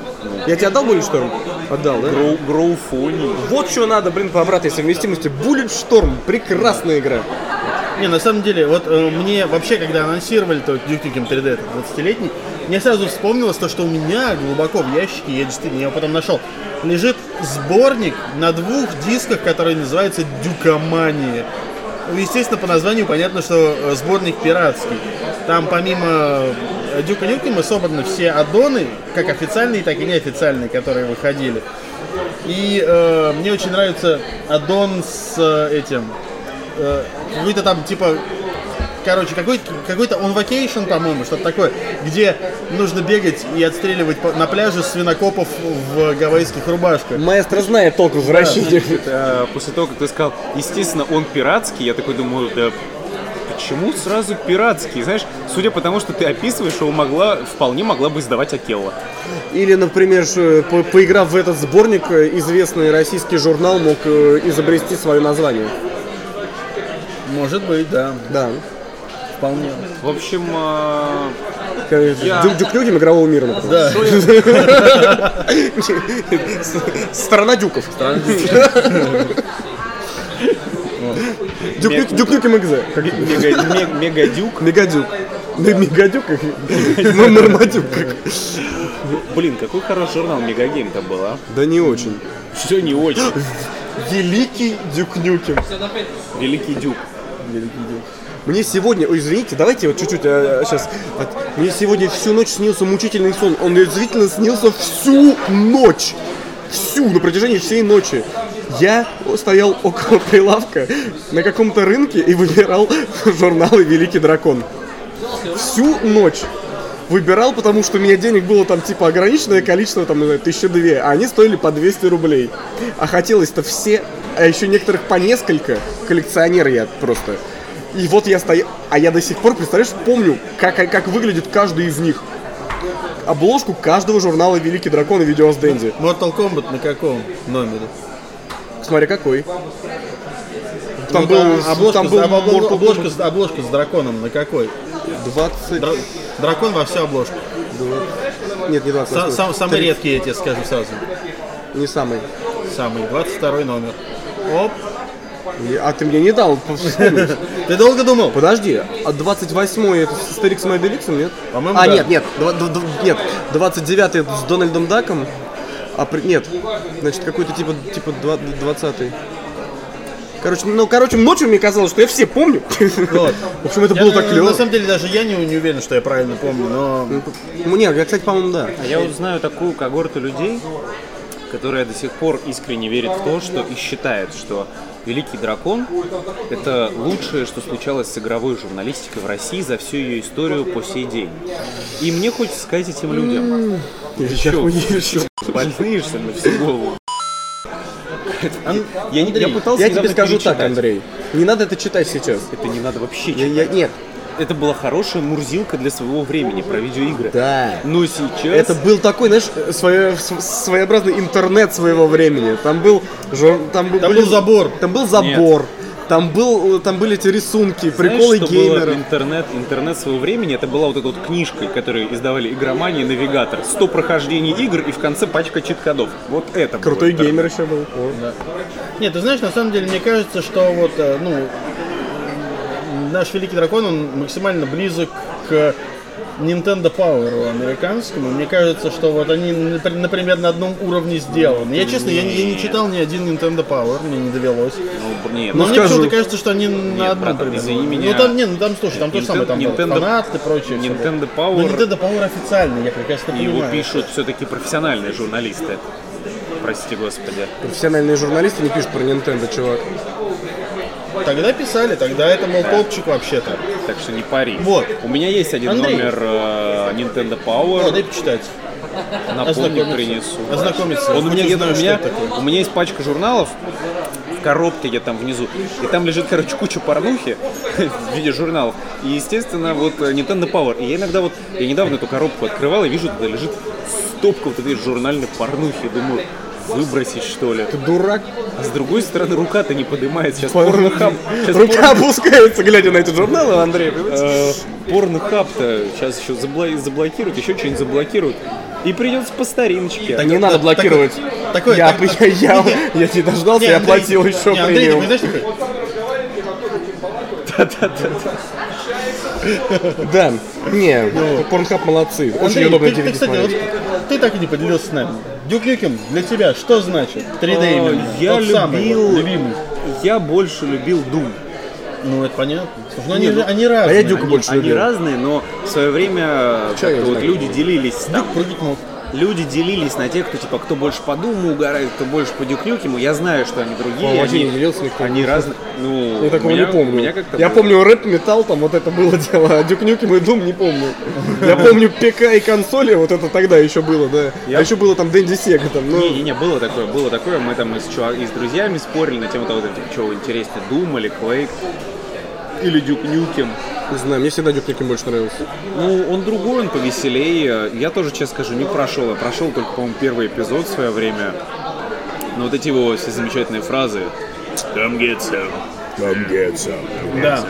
S3: Я тебе отдал Bullet Storm? Отдал, да?
S1: Гроуфони.
S3: Вот что надо, блин, по обратной совместимости. Bullet Storm, прекрасная игра.
S2: Не, на самом деле, вот э, мне вообще, когда анонсировали то Duke Nukem 3D, этот 20-летний, мне сразу вспомнилось то, что у меня глубоко в ящике, я действительно я его потом нашел, лежит сборник на двух дисках, который называется «Дюкомания». Ну, Естественно, по названию понятно, что э, сборник пиратский. Там помимо э, Дюка Нюкема собраны все аддоны, как официальные, так и неофициальные, которые выходили. И э, мне очень нравится аддон с э, этим. э, какой-то там типа. Короче, какой-то какой-то on vacation, по-моему, что-то такое, где нужно бегать и отстреливать по- на пляже свинокопов в гавайских рубашках.
S3: Маэстро знает толк в возвращении.
S1: А, После того, как ты сказал, естественно, он пиратский, я такой думаю, да почему сразу пиратский? Знаешь, судя по тому, что ты описываешь, его могла, вполне могла бы издавать Акелла.
S3: Или, например, ж, э, по- поиграв в этот сборник, э, известный российский журнал мог э, изобрести свое название.
S2: Может быть, да.
S3: Да.
S2: Вполне.
S1: В общем, э,
S3: Дюк Дюк Нюкем игрового мира, например.
S2: Да.
S3: Страна дюков. Дюк Нюк- Дюк Нюкем экзе.
S1: мега- ме- Мегадюк.
S3: Мегадюк. Да, Мегадюк. как- Ну, Нормадюк. как.
S1: Блин, какой хороший журнал Мегагейм там был, а?
S3: Да не очень.
S1: Все не очень.
S3: Великий Дюк Нюкем.
S1: Великий Дюк.
S3: Мне сегодня, ой, извините, давайте вот чуть-чуть э, сейчас. Мне сегодня всю ночь снился мучительный сон. Он мне действительно снился всю ночь. Всю, на протяжении всей ночи. Я стоял около прилавка на каком-то рынке и выбирал журналы «Великий дракон». Всю ночь выбирал, потому что у меня денег было там типа ограниченное количество, там, не знаю, тысячи две, а они стоили по 200 рублей. А хотелось-то все, а еще некоторых по несколько, коллекционер я просто. И вот я стоял, а я до сих пор, представляешь, помню, как, как выглядит каждый из них. Обложку каждого журнала «Великий дракон» и «Видео с Дэнди».
S2: Mortal Kombat на каком номере?
S3: Смотря какой. Там
S2: Ну,
S3: был,
S2: обложка,
S3: там был
S2: с, обл-
S3: Mortal Kombat
S2: обложка с- обложка с драконом на какой?
S3: 20...
S2: Дра- дракон во всю обложку.
S3: Нет, не 20.
S2: Са-
S3: а
S2: сам-
S3: 30.
S2: самый редкий, я тебе скажу сразу.
S3: Не самый.
S2: Самый, 22 номер. Оп.
S3: И- А ты мне не дал вспомнить.
S2: Ты долго думал?
S3: Подожди, а 28-й это с Астериксом и Обеликсом, нет?
S2: По-моему,
S3: А,
S2: да.
S3: нет, нет, дв- дв- дв- нет, 29-й это с Дональдом Даком, а при- нет, значит, какой-то типа, типа два- 20-й. Короче, ну, короче, ночью мне казалось, что я все помню.
S2: Вот.
S3: В общем,
S1: Ну,
S3: это
S2: Я,
S3: было так
S2: на, на
S3: клево.
S2: самом деле даже я не, не уверен, что я правильно помню, но
S3: Мне, Ну, я, кстати, по-моему, да.
S1: А Я вот знаю такую когорту людей, которая до сих пор искренне верит в то, что и считает, что «Великий дракон» — это лучшее, что случалось с игровой журналистикой в России за всю ее историю по сей день. И мне хочется сказать этим людям, чё, больные, что ли, на всю голову? Я, не- я пытался
S3: Я тебе
S1: недавно
S3: скажу так,
S1: перечитать.
S3: Андрей, не надо это читать сейчас.
S1: Это не надо вообще
S3: Я-
S1: читать.
S3: я- Нет,
S1: Это была хорошая мурзилка для своего времени про видеоигры.
S3: да.
S1: Но сейчас...
S3: Это был такой, знаешь, свое- с- своеобразный интернет своего времени. Там был, жур- там, бы-
S2: Там
S3: были-
S2: был забор.
S3: Там был забор. Там был, там были эти рисунки, приколы
S1: Знаешь, что было
S3: геймеров.
S1: интернет, интернет своего времени, это была вот эта вот книжка, которую издавали игромании «Навигатор». 100 прохождений игр и в конце пачка чит-кодов. Вот это был
S3: Крутой
S1: интернет.
S3: геймер еще был. О.
S2: Нет, ты знаешь, на самом деле, мне кажется, что вот, э, ну, наш великий дракон, он максимально близок к Nintendo Power американскому. Мне кажется, что вот они, напр- например, на одном уровне сделаны. Я, честно, я, не- я не читал ни один Nintendo Power, мне не довелось.
S1: Ну, б- нет,
S2: Но
S1: ну,
S2: мне
S3: скажу.
S2: почему-то кажется, что они на одном
S1: братан,
S2: примерно.
S1: извини меня.
S2: Ну там, не, ну там, слушай, там то же самое, там было
S1: а Nintendo-
S2: фанаты и прочее. всё было.
S1: Nintendo Power-
S2: Но Nintendo Power официальный, я прекрасно
S1: его
S2: понимаю.
S1: пишут все-таки профессиональные журналисты. Прости господи.
S3: Профессиональные журналисты не пишут про Nintendo, чувак.
S2: Тогда писали, тогда это был топчик вообще-то.
S1: Так что не пари.
S2: Вот.
S1: У меня есть один
S2: Андрей.
S1: номер э, Nintendo
S2: О,
S1: Power.
S2: дай почитать.
S1: Напомню,
S2: Ознакомиться.
S1: принесу.
S2: Ознакомиться.
S1: Он у меня
S2: Я
S1: где-то
S2: знаю,
S1: у меня,
S2: что это такое.
S1: у меня есть пачка журналов в коробке где там внизу. И там лежит, короче, куча порнухи в виде журналов. И, естественно, вот э, Nintendo Power. И я иногда вот, я недавно эту коробку открывал и вижу, туда лежит топка вот этой журнальной порнухи. Думаю, выбросить что ли.
S3: Ты дурак.
S1: А с другой стороны, рука-то не поднимает. Сейчас порнохаб. сейчас
S3: Рука опускается, глядя на эти журналы, Андрей. понимаете?
S1: Э, Порнохаб-то сейчас еще забла- заблокируют, еще что-нибудь заблокируют. И придется по стариночке.
S3: Да не надо
S2: так-
S3: блокировать.
S2: такое-
S3: Я
S2: так-
S3: я- я- я не дождался,
S2: Не,
S3: я
S2: Андрей,
S3: платил еще
S2: не, Андрей, ты
S3: премиум.
S2: понимаешь, такой,
S3: Да, не, Порнхаб молодцы. Очень
S2: Ну. Андрей, ну,
S3: удобно
S2: ты, ты,
S3: DVD
S2: кстати,
S3: смотреть.
S2: вот ты так и не поделился с нами. Дюк Нюкем для тебя что значит? 3D именно.
S1: Я
S2: Тот самый,
S1: любил...
S2: вот, любимый.
S1: Я больше любил Doom.
S2: Ну, это понятно. Слушай, ну, они, же- они разные.
S3: а я Дюка
S2: Они-
S3: больше
S1: Они
S3: люблю.
S1: разные, но в свое время
S3: Чё я
S1: как-то вот
S3: знаю?
S1: люди делились там.
S2: Прыгать мог.
S1: Люди делились на тех, кто типа кто больше по Думу угорает, кто больше по Дюкнюкему. Я знаю, что они другие.
S3: По-моему, вообще
S1: они-
S3: не делился никто.
S1: Они разные. Ну,
S3: Я такого
S1: у меня-
S3: не
S1: у меня
S3: помню.
S1: как-то
S3: Я
S1: было.
S3: помню рэп, металл, там вот это было дело, а дюкнюки мой дум не помню. Я помню ПК и консоли, вот это тогда еще было, да.
S1: Я-
S3: А еще было там Дэнди Сега там, ну...
S1: Не-не-не, было такое, было такое. Мы там и с, чувак- и с друзьями спорили на тему того, типа, чего интереснее, Doom или Quake или Дюк Нюкем.
S3: Не знаю, мне всегда дюкнюки больше нравился.
S1: Ну, он другой, он повеселее. Я тоже, честно скажу, не прошел. Я прошел только, по-моему, первый эпизод в свое время. Но вот эти его все замечательные фразы. Come get some.
S2: Да.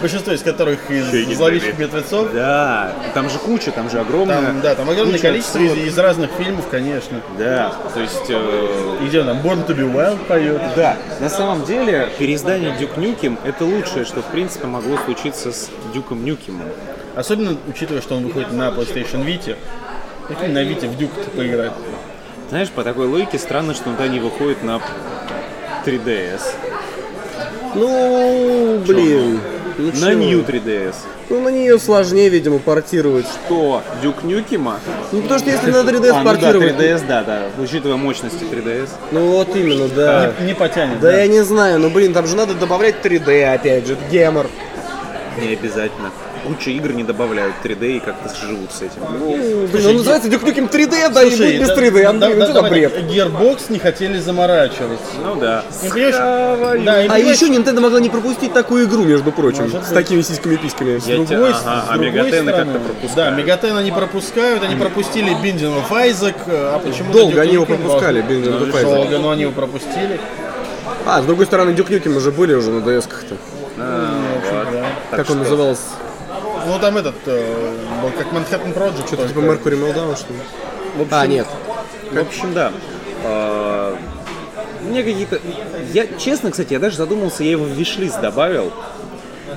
S2: Большинство из которых из зловещих мертвецов.
S1: Да, там же куча, там же огромное.
S2: Там, да, там огромное
S1: куча
S2: количество из,
S1: отсылок.
S2: из разных фильмов, конечно.
S1: Да, то есть... э,
S2: Идем там Born to be Wild поет.
S1: Да, на самом деле переиздание Дюк Нюкем это лучшее, что в принципе могло случиться с Дюком Нюкемом.
S2: Особенно учитывая, что он выходит на PlayStation Vita. Прикинь, на Vita в Дюк поиграть.
S1: Знаешь, по такой логике странно, что он да не выходит на 3DS.
S3: Ну, блин. ну
S1: на
S3: чё?
S1: New 3DS.
S3: Ну, на нее сложнее, видимо, портировать.
S1: То Дюк Нюкема.
S3: Ну, потому что если на 3D
S1: А, ну да,
S3: портировать...
S1: 3DS, да, да. Учитывая мощности 3DS.
S3: Ну, вот именно, да.
S2: Не потянет.
S3: Да я не знаю, ну, блин, там же надо добавлять 3D, опять же, это гемор.
S1: Не обязательно. Куча игр не добавляют 3D и как-то живут с этим.
S2: Ну,
S3: Блин, он называется дюкнюким 3D, да, и будет без
S2: да-
S3: 3D,
S2: да-
S3: Андрей, ну
S2: да-
S3: что за
S2: давай
S3: бред?
S2: так, Gearbox не хотели заморачиваться.
S1: Ну да.
S2: Ну, понимаешь? Да, и
S3: А
S2: понимаешь,
S3: еще Nintendo могла не пропустить такую игру, между прочим,
S2: Может
S3: с
S2: быть.
S3: такими сиськами и письками.
S1: Я
S2: с
S1: тебя-
S2: другой, с
S1: ага, а
S2: другой
S1: Мегатены
S2: стороны,
S1: как-то пропускают.
S2: Да, Мегатена не пропускают, они пропустили Binding of Isaac, а почему
S3: Долго они его пропускали, Binding of Isaac.
S2: Долго, Ну, но они его пропустили.
S3: А, с другой стороны, Duke Nukem уже были уже на DS-ках-то. Как он назывался?
S2: Ну там этот, э, был как Manhattan Project. э,
S3: Что-то
S2: только.
S3: типа Mercury Meltdown, что ли? А, нет.
S1: В общем, да. Э, У меня какие-то... Я, честно, кстати, я даже задумался, я его в вишлист добавил.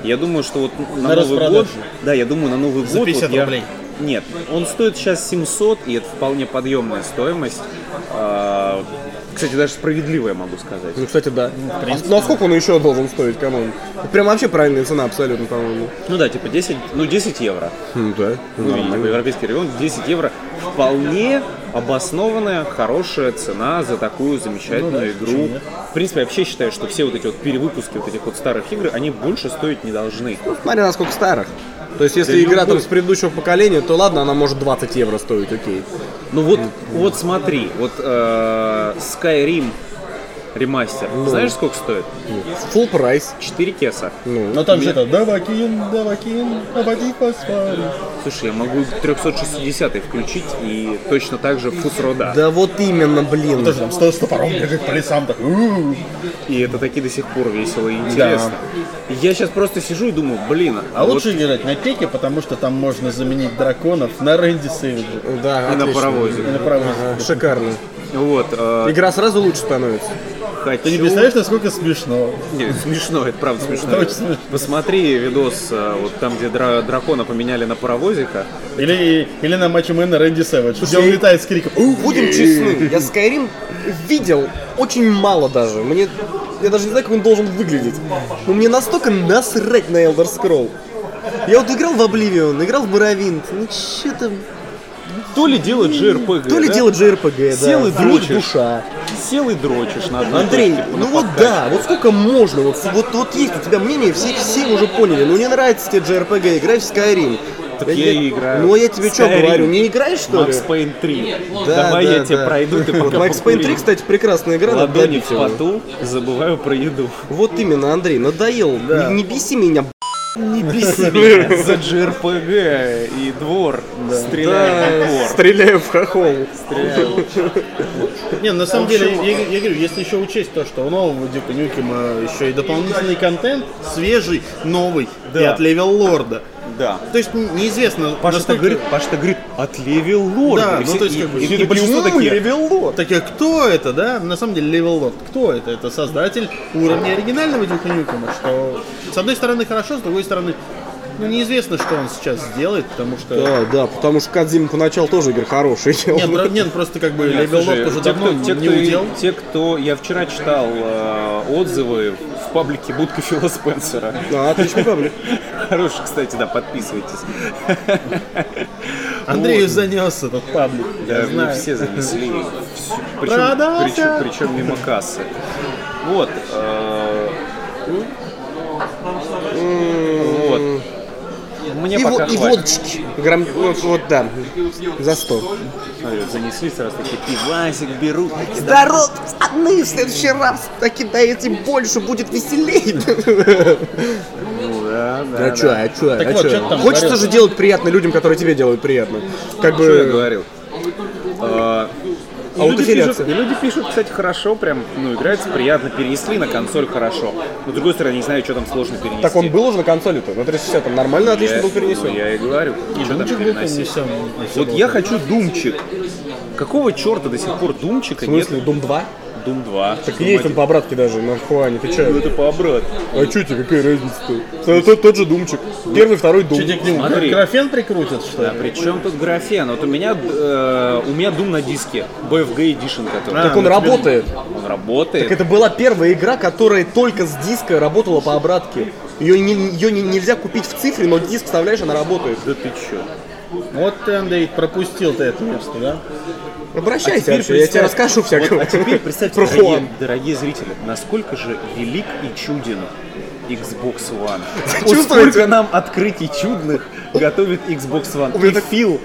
S1: Я думаю, что вот на,
S2: На
S1: Новый год...
S2: распродаже.
S1: Да, я думаю, на Новый год... вот
S2: 50
S1: я-
S2: рублей.
S1: Нет, он стоит сейчас 700, и это вполне подъемная стоимость. Э, Кстати, даже справедливая, могу сказать.
S3: Ну, кстати, да. А, ну, а сколько он еще должен стоить, камон? Прям вообще правильная цена абсолютно, по-моему.
S1: Ну да, типа 10, ну 10 евро.
S3: Ну, да.
S1: Ну, и, типа, европейский регион 10 евро вполне обоснованная, хорошая цена за такую замечательную игру. В принципе, я вообще считаю, что все вот эти вот перевыпуски вот этих вот старых игр, они больше стоить не должны.
S3: Смотри, насколько старых. То есть, если
S1: Да
S3: игра
S1: любой.
S3: там с предыдущего поколения, то ладно, она может 20 евро стоить, окей.
S1: Ну вот, вот смотри, вот э, Skyrim ремастер. Знаешь, сколько стоит?
S3: Full прайс.
S1: 4 кеса.
S3: Ну,
S2: Но там же это, Давакин, Давакин, ободи посмотри.
S1: Слушай, я могу 360 включить и точно так же фусрода.
S3: да вот именно, блин.
S2: Тоже там с топором бежит по лесам, так, «У-у-у».
S1: И это такие до сих пор весело и интересно. Я сейчас просто сижу и думаю, блин,
S2: А лучше играть на пике, потому что там можно заменить драконов на Рэнди Сейвиджа.
S3: Да,
S1: И на
S3: отлично.
S1: паровозе.
S2: И на паровозе.
S3: Ага, шикарно.
S1: Вот, э,
S3: Игра сразу лучше становится.
S1: хочу...
S2: Ты не представляешь, насколько смешно.
S1: Не, смешно, это правда Ну, смешно.
S2: Это очень смешно.
S1: Посмотри видос, э, вот там, где дра- дракона поменяли на паровозика.
S2: Или, или на матче Мэна Рэнди Сэвидж, где он
S3: я-
S2: летает с криком. «Ух!»
S3: Будем честны, я Skyrim видел очень мало даже. Мне я даже не знаю, как он должен выглядеть. Но мне настолько насрать на Elder Scroll. Я вот играл в Oblivion, играл в Morrowind, ну чё там...
S1: То ли дело JRPG,
S3: То ли
S1: да?
S3: дело JRPG, да.
S1: Сел и
S3: Врут
S1: дрочишь.
S3: душа.
S1: Сел и дрочишь на одной
S3: Андрей,
S1: точке,
S3: ну
S1: типа, на
S3: вот
S1: подкасте.
S3: да, вот сколько можно, вот, вот, вот есть у тебя мнение, все, все уже поняли, ну не нравится тебе JRPG, играй в Skyrim.
S1: Так я и играю.
S3: Ну а я тебе что
S1: Skyrim.
S3: говорю, не играешь что ли?
S1: Макс Пейн 3.
S3: Да,
S1: Давай
S3: да,
S1: я тебе
S3: да.
S1: пройду, ты
S3: Вот
S1: пока
S3: Макс Пейн 3,
S1: покури.
S3: кстати, прекрасная игра, надо
S1: Ладони
S3: добить
S1: в
S3: его.
S1: поту, забываю про еду.
S3: Вот именно, Андрей, надоел. Не, не беси меня, б***ь, не бесили.
S1: За JRPG и двор. Стреляй в двор.
S7: Стреляю в хохол.
S2: Не, ну, на самом деле, я, я говорю, если еще учесть то, что у нового Дюка Нюкема еще и дополнительный контент, свежий, новый, и от Левел Лорда.
S1: Да.
S2: То есть н- неизвестно,
S1: Паша так
S2: насколько...
S1: говорит, Паша так говорит, от Левел Лорда.
S2: Да,
S1: И
S2: ну,
S1: все-
S2: то есть,
S1: и-
S2: как бы,
S1: и-
S2: все
S1: и
S2: такие,
S1: большинство
S2: «М,
S1: такие,
S2: Левел Так а кто это, да? На самом деле, Левел Лорд, кто это? Это создатель уровня оригинального Дюка Нюкема, что... С одной стороны, хорошо, с другой стороны, ну, неизвестно, что он сейчас сделает, потому что...
S3: Да, да, потому что Кадзим поначалу тоже игры хорошие делал.
S2: Нет, про- нет, просто как бы Левел Лорд уже
S1: те,
S2: давно
S1: кто, те,
S2: не
S1: кто-
S2: удел.
S1: те, кто- Я вчера читал э, отзывы в паблике «Будка Фила Спенсера».
S3: Да, отличный паблик.
S1: Хороший, кстати, да, подписывайтесь.
S2: Андрею занес этот паблик.
S1: Да,
S2: я
S1: мне
S2: знаю.
S1: Э, все занесли. Всю- Причем,
S2: Продался!
S1: причем, причем мимо кассы. Вот. э, Вот. Мне
S3: И,
S1: пока
S3: вот- и
S1: хватит.
S3: водочки. Грамм, вот, вот, да, за 100.
S1: Смотри, вот занесли сразу такие пивасик берут. такие, да.
S3: Здорово, пацаны, в следующий раз таки дайте больше, будет веселее. А чё, а чё,
S2: Так
S3: а
S2: вот,
S3: чё?
S2: чё ты там
S3: Хочется
S2: говорил?
S3: же делать приятно людям, которые тебе делают приятно. Как
S1: Что я
S3: бы
S1: говорил? Э, и
S3: аутофиляция.
S1: пишут, и люди пишут, кстати, хорошо, прям, ну, играется приятно, перенесли на консоль хорошо. Но, с другой стороны, не знаю, что там сложно перенести.
S3: Так он был уже на консоли-то, на 360, там нормально, отлично
S1: Я-
S3: был
S1: ну,
S3: перенесен.
S1: я и говорю, что там
S2: Ничего глупого не
S1: переносить.
S2: всё, не всё
S1: Вот
S2: было.
S1: я хочу Думчик. Какого черта до сих пор Думчика
S3: В смысле,
S1: нет?
S3: Дум 2?
S1: Дум 2.
S3: Так есть он по обратке даже, на хуане, ты чё?
S1: Это по обрату.
S3: А чё тебе, какая разница-то? Это Тот, тот же Думчик. Первый, второй Дум.
S2: Чё, тебе к нему
S1: Смотри.
S2: графен прикрутят, что ли?
S1: Причем тут графен? Вот у меня э, у меня Doom на диске. BFG Edition, который.
S3: Так он работает.
S1: Он работает.
S3: Это была первая игра, которая только с диска работала по обратке. Ее, нельзя купить в цифре, но диск вставляешь, она работает.
S1: Да ты чё?
S2: Вот ты, Андрей, пропустил ты это место, да?
S1: А
S3: Обращайся,
S1: теперь
S3: Арчи, я тебе
S1: представь-
S3: расскажу всякого.
S1: Вот, а теперь представьте,
S3: Про
S1: дорогие,
S3: Хуан.
S1: дорогие зрители, насколько же велик и чуден Xbox One. Вот
S3: Чувствуете?
S1: Сколько нам открытий чудных готовит Xbox One. И Фил,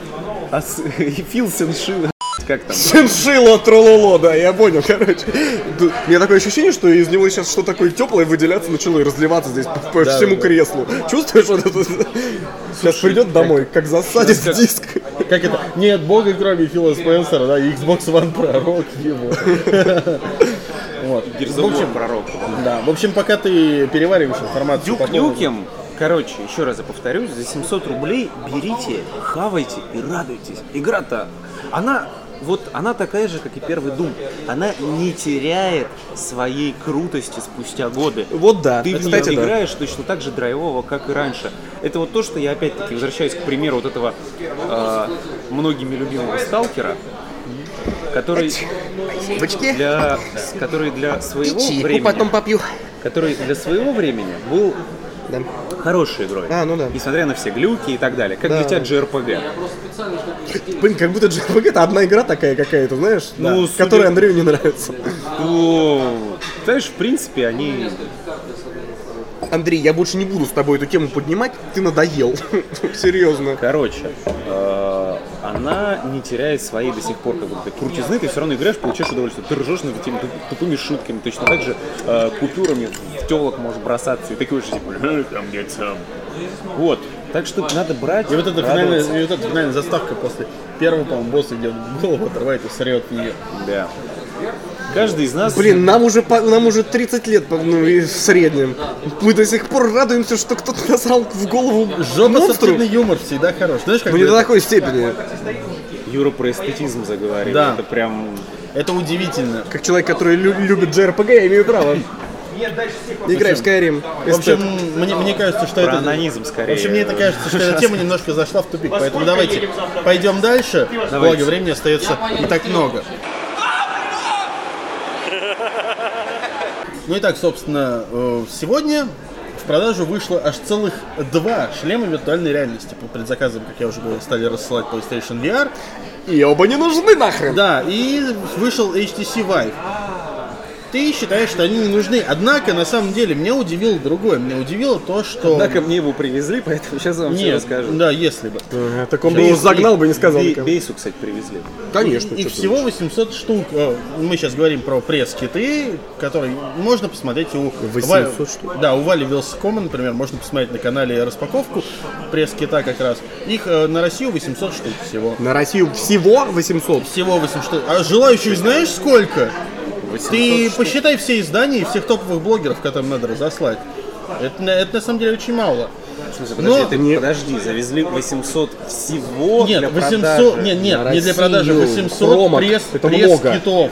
S1: а с- и Фил Сеншин, как там?
S3: Шиншилла трололо, да, я понял, короче. Ду- У меня такое ощущение, что из него сейчас что-то такое теплое выделяться начало и разливаться здесь по, по всему креслу. Чувствуешь, вот это? Сейчас придет домой, как засадит в диск.
S2: Как это? Нет бога, кроме Фила Спенсера, да, и Xbox One пророк его. Вот. В общем,
S1: пророк.
S2: да, в общем, пока ты перевариваешь информацию
S1: Дюк
S2: по поводу-
S1: Нюкем, короче, еще раз я повторюсь, за 700 рублей берите, хавайте и радуйтесь. Игра-то, она вот она такая же, как и первый Дум. Она не теряет своей крутости спустя годы.
S3: Вот да,
S1: Ты в неё
S3: кстати, да.
S1: играешь точно так же драйвово, как и раньше. Это вот то, что я опять-таки возвращаюсь к примеру вот этого э, многими любимого сталкера, который для, который для своего времени
S3: попью.
S1: который для своего времени был
S3: Да.
S1: хорошей игрой.
S3: А, ну да.
S1: Несмотря на все глюки и так далее. Как
S3: Да.
S1: для тебя JRPG.
S3: Блин, как будто JRPG это одна игра такая какая-то, знаешь,
S1: Ну,
S3: да,
S1: судя-
S3: которая Андрею не нравится.
S1: Ну, знаешь, в принципе, они...
S3: Андрей, я больше не буду с тобой эту тему поднимать, ты надоел. Серьезно.
S1: Короче, э, она не теряет своей до сих пор как бы, крутизны, ты все равно играешь, получаешь удовольствие. Ты ржешь над этими туп- тупыми шутками, точно так же э, купюрами в телок можешь бросаться, и такой же типа, «Э, там нет сам. Вот, так что надо брать,
S2: И вот эта финальная,
S1: радоваться.
S2: и вот эта финальная заставка после первого, по-моему, босса, где он голову отрывает и срет ее.
S1: Да. Каждый из нас...
S3: Блин, нам уже, по- нам уже 30 лет, по- ну, и в среднем. Мы до сих пор радуемся, что кто-то насрал в голову
S2: Жопа
S3: монстру.
S2: сатирный Ну, юмор всегда хорош. Знаешь, как
S3: Ну, не
S2: бы
S3: до
S2: это-
S3: такой степени.
S1: Юра про эстетизм заговорил.
S2: Да.
S1: Это прям
S2: это удивительно.
S3: Как человек, который лю- любит JRPG, я имею право. Играй в Skyrim.
S2: В общем,
S3: эстет.
S2: мне, мне кажется, что
S1: про
S2: это...
S1: анонизм скорее.
S2: В общем, мне это кажется, что эта тема немножко зашла в тупик, поэтому давайте пойдем дальше. Благо, времени остается не так много. Ну и так, собственно, э, сегодня в продажу вышло аж целых два шлема виртуальной реальности. По предзаказам, как я уже говорил, стали рассылать PlayStation VR.
S3: И оба не нужны нахрен.
S2: Да, и вышел HTC Vive. ты считаешь, что они не нужны. Однако, на самом деле, меня удивило другое. Меня удивило то, что...
S5: Однако мне его привезли, поэтому сейчас вам все
S2: Нет,
S5: расскажу.
S2: да, если бы.
S3: Ага, Э, Так он бы его загнал бы и не сказал
S5: Бей-
S3: никому.
S5: Бейсу, кстати, привезли.
S3: Конечно.
S2: Их
S3: чё ты.
S2: всего 800 штук. Э, Мы сейчас говорим про пресс-киты, которые можно посмотреть у...
S3: 800
S2: Ва-
S3: штук?
S2: Да, у Вали Вилсакома, например, можно посмотреть на канале распаковку пресс-кита как раз. Их э, на Россию 800 штук всего.
S3: На Россию всего 800.
S2: Всего 800 штук. А желающих знаешь сколько? Ты посчитай все издания и всех топовых блогеров, которым надо разослать. Это, на- это на самом деле очень мало.
S5: В смысле,
S2: Но-
S5: подожди, это не- подожди, завезли 800 всего
S2: Нет,
S5: для
S2: 800,
S5: продажи.
S2: нет, нет,
S3: На
S2: не для продажи,
S3: Россию.
S2: 800
S3: Промок.
S2: пресс,
S3: Это много.
S2: китов.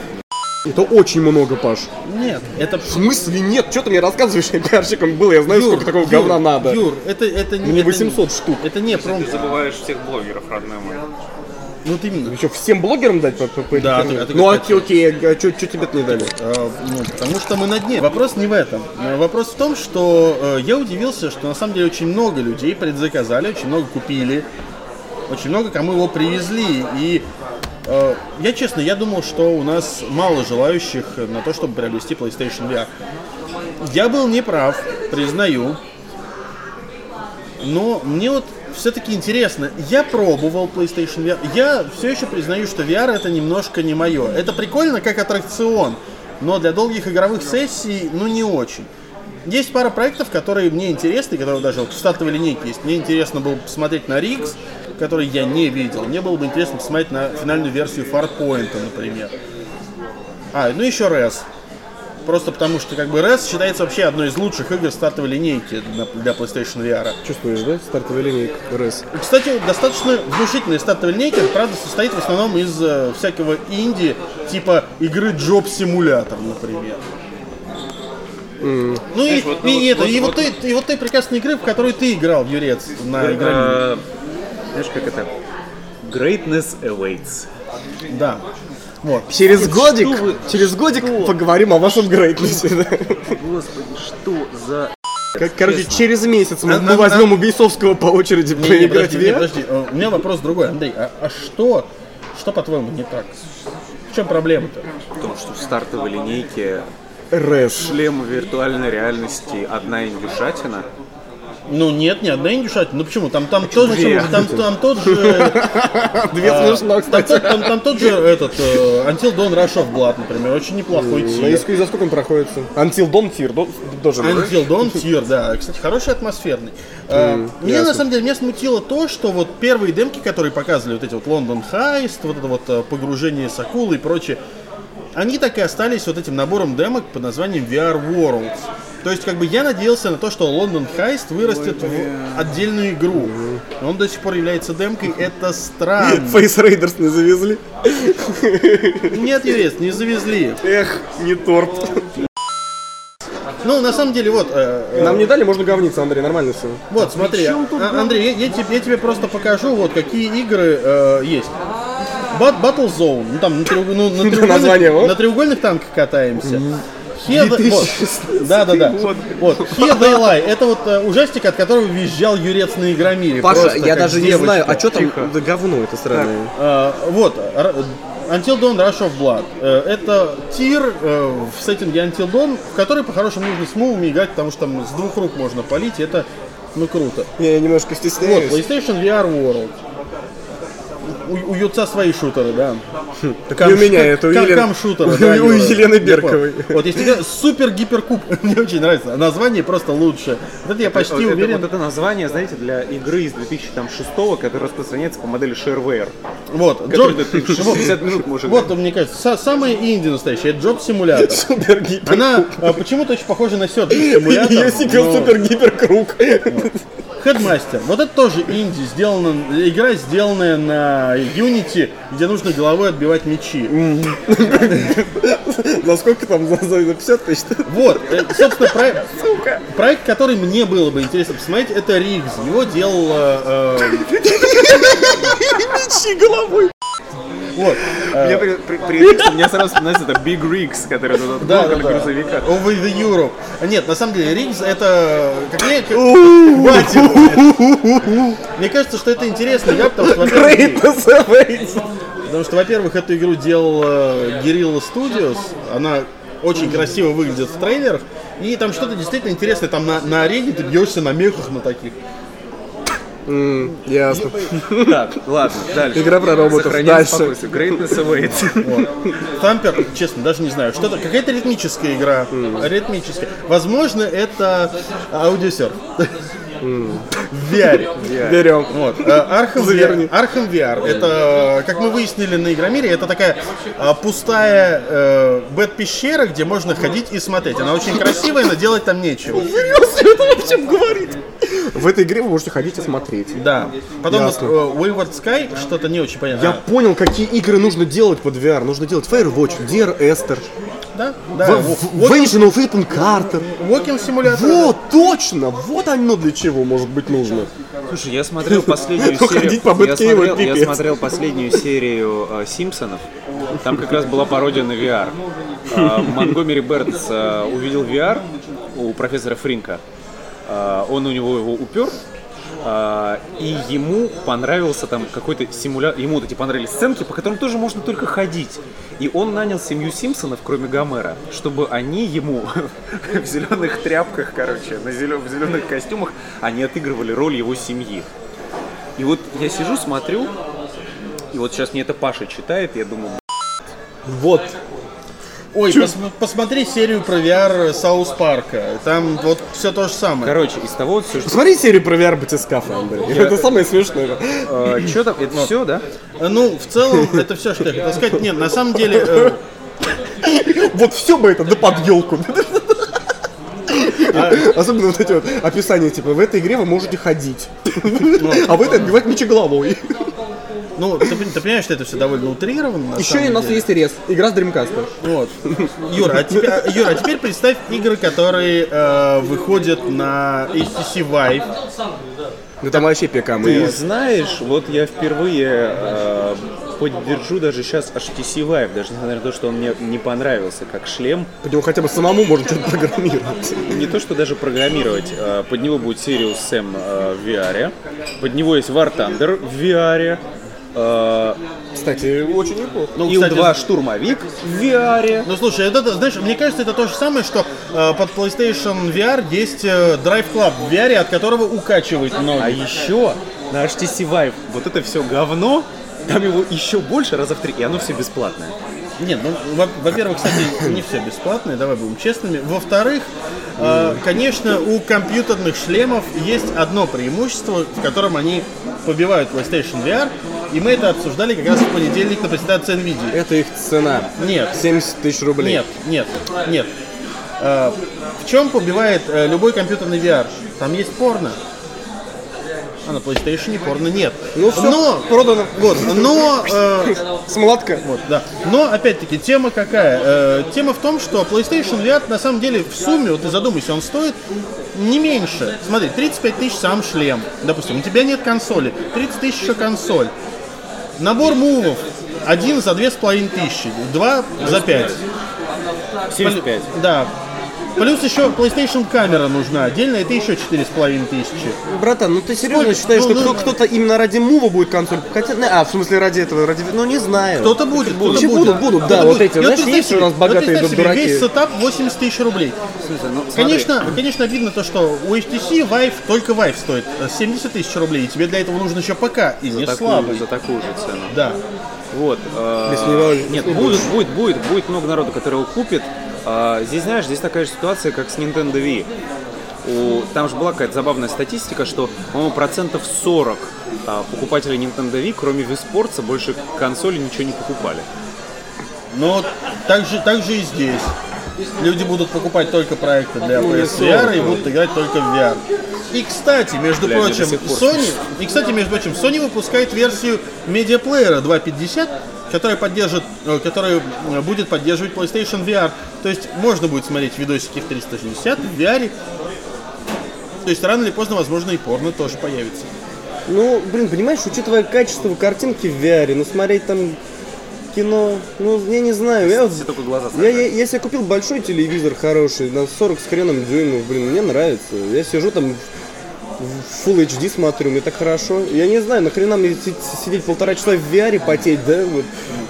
S3: Это очень много, Паш.
S2: Нет, это
S3: В смысле нет? Что ты мне рассказываешь, я пиарщиком был, я знаю, сколько такого
S2: Юр,
S3: говна надо.
S2: Юр, это, это не...
S3: Мне
S2: это
S3: 800 штук.
S2: Это не пром...
S1: Забываешь всех блогеров, родной мой.
S2: Вот Ну, именно.
S3: Ты что, всем блогерам дать по, по- по-
S2: Да,
S3: интернету?
S2: а ты- а ты
S3: Ну
S2: как
S3: окей, окей, а что тебе-то не дали?
S2: Э, ну, потому что мы на дне. Вопрос не в этом. Э, Вопрос в том, что э, я удивился, что на самом деле очень много людей предзаказали, очень много купили, очень много кому его привезли. И э, я честно, я думал, что у нас мало желающих на то, чтобы приобрести PlayStation VR. Я был неправ, признаю. Но мне вот все-таки интересно, я пробовал PlayStation VR, я все еще признаю, что VR это немножко не мое. Это прикольно как аттракцион, но для долгих игровых сессий, ну не очень. Есть пара проектов, которые мне интересны, которые даже вот в стартовой линейке есть. Мне интересно было посмотреть на Рикс, который я не видел. Мне было бы интересно посмотреть на финальную версию Farpoint, например. А, ну еще раз. Просто потому, что как бы RES считается вообще одной из лучших игр стартовой линейки на- для PlayStation VR.
S3: Чувствуешь, да, стартовая линейка РС?
S2: Кстати, достаточно внушительная стартовая линейка, правда, состоит в основном из э, всякого инди, типа игры Job Simulator, например. Ну и,
S1: вот,
S2: и,
S1: ну вот,
S2: это,
S1: вот,
S2: и, вот,
S1: вот.
S2: той- и вот той прекрасной игры, в которой ты играл, Юрец, на игре.
S5: Э, Знаешь, как это? Greatness awaits.
S2: Да. Вот.
S3: Через годик, через годик поговорим о вашем грейтнесе.
S5: Господи, что за...
S3: Короче, через месяц мы,
S2: А,
S3: мы
S2: а,
S3: возьмем убийцовского по очереди
S2: Не, не,
S3: поиграть
S2: подожди,
S3: в
S2: не,
S3: VR.
S2: подожди. Э, У меня вопрос другой, Андрей. А, а что, что по-твоему не так? В чем проблема-то?
S5: Потому что в стартовой линейке
S3: РС.
S5: шлем виртуальной реальности одна индюшатина.
S2: Ну нет, ни одна индюшатина. Ну почему? Там, там, тот,
S5: Две.
S2: же, там, там тот же А,
S3: Две смешно,
S2: Там,
S3: кстати.
S2: тот- там- там тот же этот э, Until Dawn Rush of Blood, например, очень неплохой
S3: Ну, и
S2: тир.
S3: ск- и за сколько он проходится? Until Dawn Tier, до- должен быть.
S2: Until Dawn тир, да. Кстати, хороший атмосферный. Э, Меня на самом деле меня смутило то, что вот первые демки, которые показывали, вот эти вот Лондон Хайст, вот это вот э, погружение с акулой и прочее, они так и остались вот этим набором демок под названием VR Worlds. То есть, как бы я надеялся на то, что Лондон Хайст вырастет в отдельную игру. Но Он до сих пор является демкой, это странно.
S3: Face Raiders не завезли.
S2: Нет, Юрец, не завезли.
S3: Эх, не торт.
S2: Ну, на самом деле, вот, э, э,
S3: Нам не дали, можно говниться, Андрей, нормально все.
S2: вот, смотри, а- Андрей, я, я тебе, я тебе просто покажу, вот, какие игры э, есть. Бат- Battle Zone, ну, там на, треуг- ну, на
S3: название,
S2: треугольных,
S3: вот.
S2: на треугольных танках катаемся. Да, да, да. Вот. Here They Lie. Это вот э, ужастик, от которого визжал Юрец на Игромире.
S3: Паша,
S2: Просто
S3: я
S2: как
S3: даже не
S2: девочка.
S3: знаю, а что там за говно это странное?
S2: Э, вот, р- Until Dawn Rush of Blood. Э, Это тир э, в сеттинге Until Dawn, в который по-хорошему нужно с мувами играть, потому что там с двух рук можно палить, и это ну круто.
S3: Я немножко
S2: Вот,
S3: стесняюсь.
S2: PlayStation VR World. У, у Юца свои шутеры, да.
S3: и у меня это, у Елены-
S2: шутеры,
S3: у-
S2: да,
S3: у
S2: Юра.
S3: Елены
S2: Я понял.
S3: Берковой.
S2: Вот если тебя супер гиперкуб, мне очень нравится. Название просто лучше. Вот это я почти
S5: Вот это-
S2: уверен.
S5: вот это название, знаете, для игры из 2006 которая распространяется по модели Shareware.
S2: вот,
S5: который
S2: Джо-
S5: ты 60 минут можешь
S2: Вот, мне кажется, са- самая инди настоящая, это Джоб Симулятор.
S3: Супер гипер.
S2: Она э, почему-то очень похожа на Сёрджи
S3: Ее
S8: Ну.
S3: сиквел
S2: Симулятор.
S3: супер гипер круг.
S2: Хедмастер. Вот это тоже инди, сделана, игра, сделанная на Unity, где нужно головой отбивать мячи.
S3: За сколько там за за- за 50 тысяч?
S2: Вот, э, собственно, проект, проект, который мне было бы интересно посмотреть, это Ригз. Его делал... э, э,
S3: Мечи головой.
S2: вот. э,
S5: Мне при- при- при- у меня сразу вспоминается это Big Rigs, который вот этот
S2: да,
S5: блок
S2: да,
S5: от
S2: да.
S5: грузовика.
S2: Over the Europe. А Нет, на самом деле, Ригз это... Как мне... как- Хватит. Мне кажется, что это интересно, да, потому что, во-первых,
S3: Greatness awaits.
S2: Потому что, во-первых, эту игру делал э, Guerrilla Studios, она очень красиво выглядят в трейлерах. И там что-то действительно интересное. Там на, на арене ты бьешься на мехах на таких.
S8: Ясно.
S1: Так, ладно, дальше.
S8: Игра про роботов.
S1: Сохраняем
S8: Дальше.
S1: спокойствие. Greatness awaits.
S2: Тампер, честно, даже не знаю, что-то, какая-то ритмическая игра, ритмическая. Возможно, это аудиосер. В VR.
S8: Берем.
S2: Вот. э, Arkham VR, Arkham VR. Это, э, как мы выяснили на Игромире, это такая а, пустая э, бэт-пещера, где
S8: Ну.
S2: можно ходить и смотреть. Она очень красивая, но делать там нечего.
S8: В этой игре вы можете ходить и смотреть.
S2: Да. Потом
S8: Ясно.
S2: э, Wayward Sky, что-то не очень понятно. А,
S8: Я понял, какие игры нужно делать под VR. Нужно делать Firewatch, Dear Esther,
S2: Да?
S8: В-
S2: Да.
S8: В- Vanishing of Ethan Carter.
S2: симулятор.
S8: Вот, точно! Вот оно для чего может быть нужно.
S1: Слушай, я смотрел последнюю
S8: Ну, ходить
S1: серию.
S8: по
S1: я,
S8: Бэткееву,
S1: смотрел, я
S8: пипец.
S1: смотрел последнюю серию э, Симпсонов. Там как раз была пародия на VR. Э, Монгомери Бернс э, увидел VR у профессора Фринка. Э, он у него его упер. э, и ему понравился там какой-то симулятор, ему вот эти понравились сценки, по которым тоже можно только ходить. И он нанял семью Симпсонов, кроме Гомера, чтобы они ему в зеленых тряпках, короче, на зелё- в зеленых костюмах, они отыгрывали роль его семьи. И вот я сижу, смотрю, и вот сейчас мне это Паша читает, я думаю,
S8: Вот.
S2: Ой, пос- посмотри серию про VR Саус Парка. Там вот все то же самое.
S1: короче, из того все, что...
S8: Посмотри серию про VR батискафа, Андрей. Это самое смешное.
S1: что а, там, это все, да?
S2: Ну, в целом, это все, что я хотел сказать. Нет, на самом деле, э,
S8: Вот все бы это, да под елку. Особенно вот эти вот описания, типа, в этой игре вы можете ходить, а в этой отбивать мечеголовой.
S2: ну, ты, пон- ты понимешь, что это все довольно утрировано. на
S3: Еще
S2: самом
S3: и у нас
S2: деле.
S3: есть рез. Игра с Dreamcast.
S2: Вот. Юра, а теперь, а, Юра, а теперь представь игры, которые э, выходят на HTC Vive.
S8: Да там вообще пека
S1: Ты знаешь, вот я впервые э, поддержу даже сейчас HTC Vive, даже несмотря на то, что он мне не понравился как шлем.
S8: Под него хотя бы самому можно что-то программировать.
S1: Не то, что даже программировать, э, под него будет Sirius Sam э, в VR, под него есть War Thunder в VR, э,
S8: Кстати, очень неплохо.
S2: Ну, кстати,
S1: Ил-2 штурмовик в VR.
S2: Ну слушай, это, это, знаешь, мне кажется, это то же самое, что э, под PlayStation VR есть э, Drive Club в VR, от которого укачивает
S1: А
S2: ноги.
S1: еще на HTC Vive вот это все говно, там его еще больше раза в три, и оно все бесплатное.
S2: Нет, ну, во- во-первых, кстати, не все бесплатные, давай будем честными. Во-вторых, э, конечно, у компьютерных шлемов есть одно преимущество, в котором они побивают PlayStation VR, и мы это обсуждали как раз в понедельник на презентации NVIDIA. Э,
S3: Это их цена.
S2: Нет,
S3: 70 тысяч рублей.
S2: нет, нет, нет. Э, в чем побивает э, любой компьютерный VR? Там есть порно. А на PlayStation порно нет.
S3: Ну всё,
S2: но,
S3: продано.
S2: вот, но э,
S3: С молотка.
S2: вот, да. Но опять-таки тема какая? Э, тема в том, что PlayStation VR на самом деле в сумме, вот ты задумайся, он стоит не меньше. Смотри, 35 тысяч сам шлем. Допустим, у тебя нет консоли, 30 тысяч еще консоль. Набор мувов. Один за две с половиной тысячи, два за пять.
S1: 75.
S2: Да. Плюс еще PlayStation камера нужна отдельно, это еще четыре с половиной тысячи.
S3: Братан, ну ты серьезно
S2: Сколько?
S3: считаешь, что
S2: Ну, ну,
S3: кто- кто-то именно ради мува будет консоль? Хотя, ну, а, в смысле ради этого, ради... Ну не знаю.
S2: Кто-то будет, кто-то
S3: Вообще
S2: будет.
S3: будут, будут, да,
S2: Кто-то
S3: вот
S2: будет.
S3: эти,
S2: И
S3: знаешь,
S2: представь
S3: есть у
S2: себе-
S3: нас богатые
S2: представь себе,
S3: дураки.
S2: Весь сетап 80 тысяч рублей.
S1: ну,
S2: конечно, конечно, видно то, что у HTC Vive только Vive стоит э, 70 тысяч рублей, и тебе для этого нужен еще ПК, и не слабый.
S1: за такую же цену.
S2: Да.
S1: Вот. э, нет, будет, будет, будет, будет много народу, который его купит. А, здесь, знаешь, здесь такая же ситуация, как с Nintendo Wii. У- там же была какая-то забавная статистика, что, по-моему, процентов 40 а, покупателей Nintendo Wii, кроме Виспорца, больше консоли ничего не покупали.
S2: Но Ну, так же, так же и здесь. Люди будут покупать только проекты для PSVR и будут играть только в VR. И кстати, между
S1: Бля, мне до
S2: прочим,
S1: сих пор
S2: Sony, и кстати, между прочим, Sony выпускает версию медиаплеера 2.50, которая поддержит, э, которая э, будет поддерживать PlayStation VR. То есть можно будет смотреть видосики в 360 в VR. То есть рано или поздно, возможно, и порно тоже появится.
S3: Ну, блин, понимаешь, учитывая качество картинки в VR, ну смотреть там кино, ну я не знаю, я, вот-
S1: Все только глаза
S3: я,
S1: сажают.
S3: я, я себе купил большой телевизор хороший, на 40 с хреном дюймов, блин, мне нравится, я сижу там в- в Full HD смотрю, мне так хорошо. Я не знаю, нахрена мне си- сидеть полтора часа в VR и потеть, да, вот,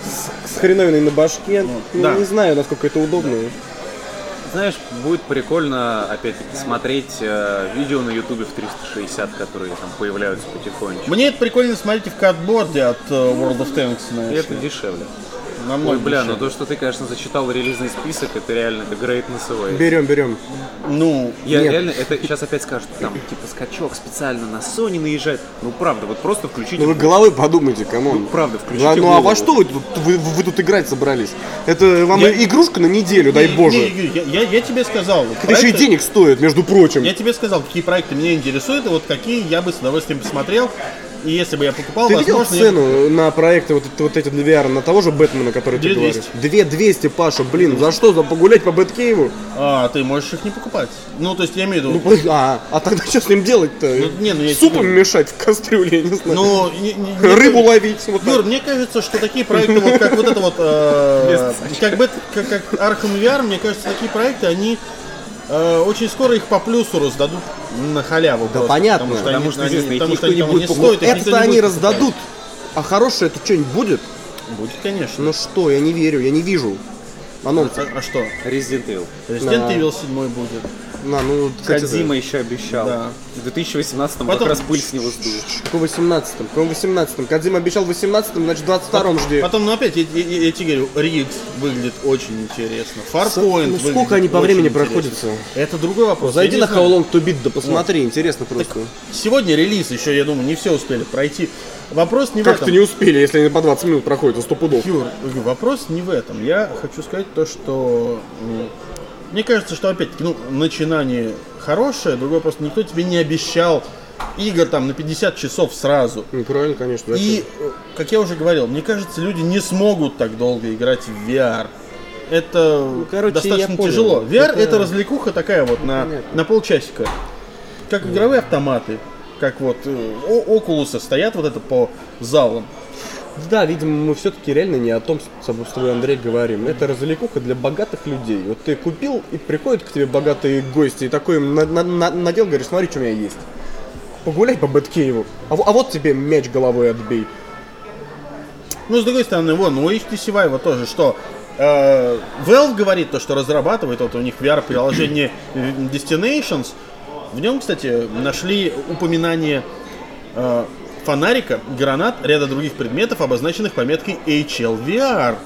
S3: с, с хреновиной на башке. Ну,
S2: да.
S3: Не знаю, насколько это удобно.
S1: Знаешь, будет прикольно, а опять-таки, смотреть э, видео на Ютубе в 360, которые там появляются потихонечку.
S2: Мне это прикольно смотрите в катборде от э, World of Tanks.
S1: И
S2: знаешь,
S1: это дешевле.
S2: намного
S1: Ой, бля, ну
S2: дешевле.
S1: то, что ты, конечно, зачитал релизный список, это реально, это greatness away.
S3: Берем, берем.
S2: Ну,
S1: Я реально, это сейчас опять скажут, там, типа, скачок специально на Sony наезжает. Ну, правда, вот просто включите,
S3: Ну вы головой подумайте, камон.
S1: правда, включите
S3: Да, ну а во
S1: голову.
S3: что вы тут, вы, вы тут играть собрались? Это вам
S2: Я-
S3: игрушка на неделю, дай
S2: не- не,
S3: боже.
S2: Юрий, я, я- я тебе сказал. вот
S3: Это еще и
S2: проекты-
S3: денег стоит, между прочим.
S2: Я тебе сказал, какие проекты меня интересуют, и вот какие я бы с удовольствием посмотрел. И если бы я покупал,
S3: Ты видел
S2: возможно, я-
S3: цену на проекты вот, эти- вот эти для VR, на того же Бэтмена, который ты
S2: 2200.
S3: говоришь? 2200, Паша, блин, за что? За погулять по Бэткейву?
S2: А, ты можешь их не покупать. Ну, то есть я имею в
S3: Ну,
S2: виду.
S3: блин, а, а тогда что с ним делать-то?
S2: Ну, не, ну я
S3: Супом
S2: тебе-
S3: мешать в кастрюле, я не знаю.
S2: Ну, не- не- не-
S3: Рыбу ловить, вот
S2: Юр,
S3: так.
S2: мне кажется, что такие проекты, вот как вот это вот, э, как бы, как как Arkham VR, мне кажется, такие проекты, они э, очень скоро их по плюсу раздадут на халяву. Да
S3: понятно.
S1: Потому что, естественно, их
S2: потому
S1: никто
S2: что
S1: не
S2: они того
S1: будет
S2: не
S1: покупать.
S2: стоят, их никто
S3: Это-то
S2: не
S3: они
S2: будет
S3: раздадут. А хорошее тут что-нибудь будет?
S2: покупать. Будет, конечно.
S3: Ну что, я не верю, я не вижу. Анонс.
S2: А, а что?
S1: Resident Evil.
S2: Resident
S3: Да.
S2: Evil 7 будет.
S3: На, ну, кстати,
S1: Кодзима еще обещал.
S2: Да.
S1: В 2018
S2: Потом-
S1: как раз пыль с него сдул.
S3: да. К 18-м, к 18-м. Кадзим обещал 18-м, значит, 22-м жди.
S2: Потом, ну опять, я, я- я- я тебе говорю, Ригс выглядит очень интересно. Farpoint
S3: Ну, сколько
S2: выглядит
S3: они по
S2: очень
S3: времени
S2: интересно.
S3: проходятся?
S2: Это другой вопрос.
S3: Зайди
S2: Я не
S3: на
S2: знаю.
S3: How Long To Beat, да посмотри, интересно просто.
S2: Сегодня релиз еще, я думаю, не все успели пройти. Вопрос не в
S3: Как-то
S2: этом.
S3: не успели, если они по 20 минут проходят, то сто пудов.
S2: Юр, э, вопрос не в этом. Я хочу сказать то, что м, мне кажется, что опять-таки, ну, начинание хорошее, другой просто никто тебе не обещал игр там на 50 часов сразу.
S3: Ну, правильно, конечно. зачем?
S2: И, э, как я уже говорил, мне кажется, люди не смогут так долго играть в VR. Это
S3: Ну, короче,
S2: достаточно
S3: я понял.
S2: тяжело. VR это...
S3: Это-
S2: развлекуха такая вот на,
S3: Понятно.
S2: на полчасика. Как игровые автоматы, как вот э, о- Окулусы стоят вот это по залам.
S3: Да, видимо, мы все-таки реально не о том с тобой, с тобой, Андрей, говорим. Это развлекуха для богатых людей. Вот ты купил, и приходят к тебе богатые гости, и такой им на- на- на- надел, говоришь, смотри, что у меня есть. Погуляй по Бэткееву. А, во- а вот тебе мяч головой отбей.
S2: Ну, с другой стороны, вон, у HTC Vive тоже что? э, Valve говорит то, что разрабатывает, вот у них VR-приложение Destinations. В нем, кстати, нашли упоминание э, фонарика, гранат, ряда других предметов, обозначенных пометкой HLVR.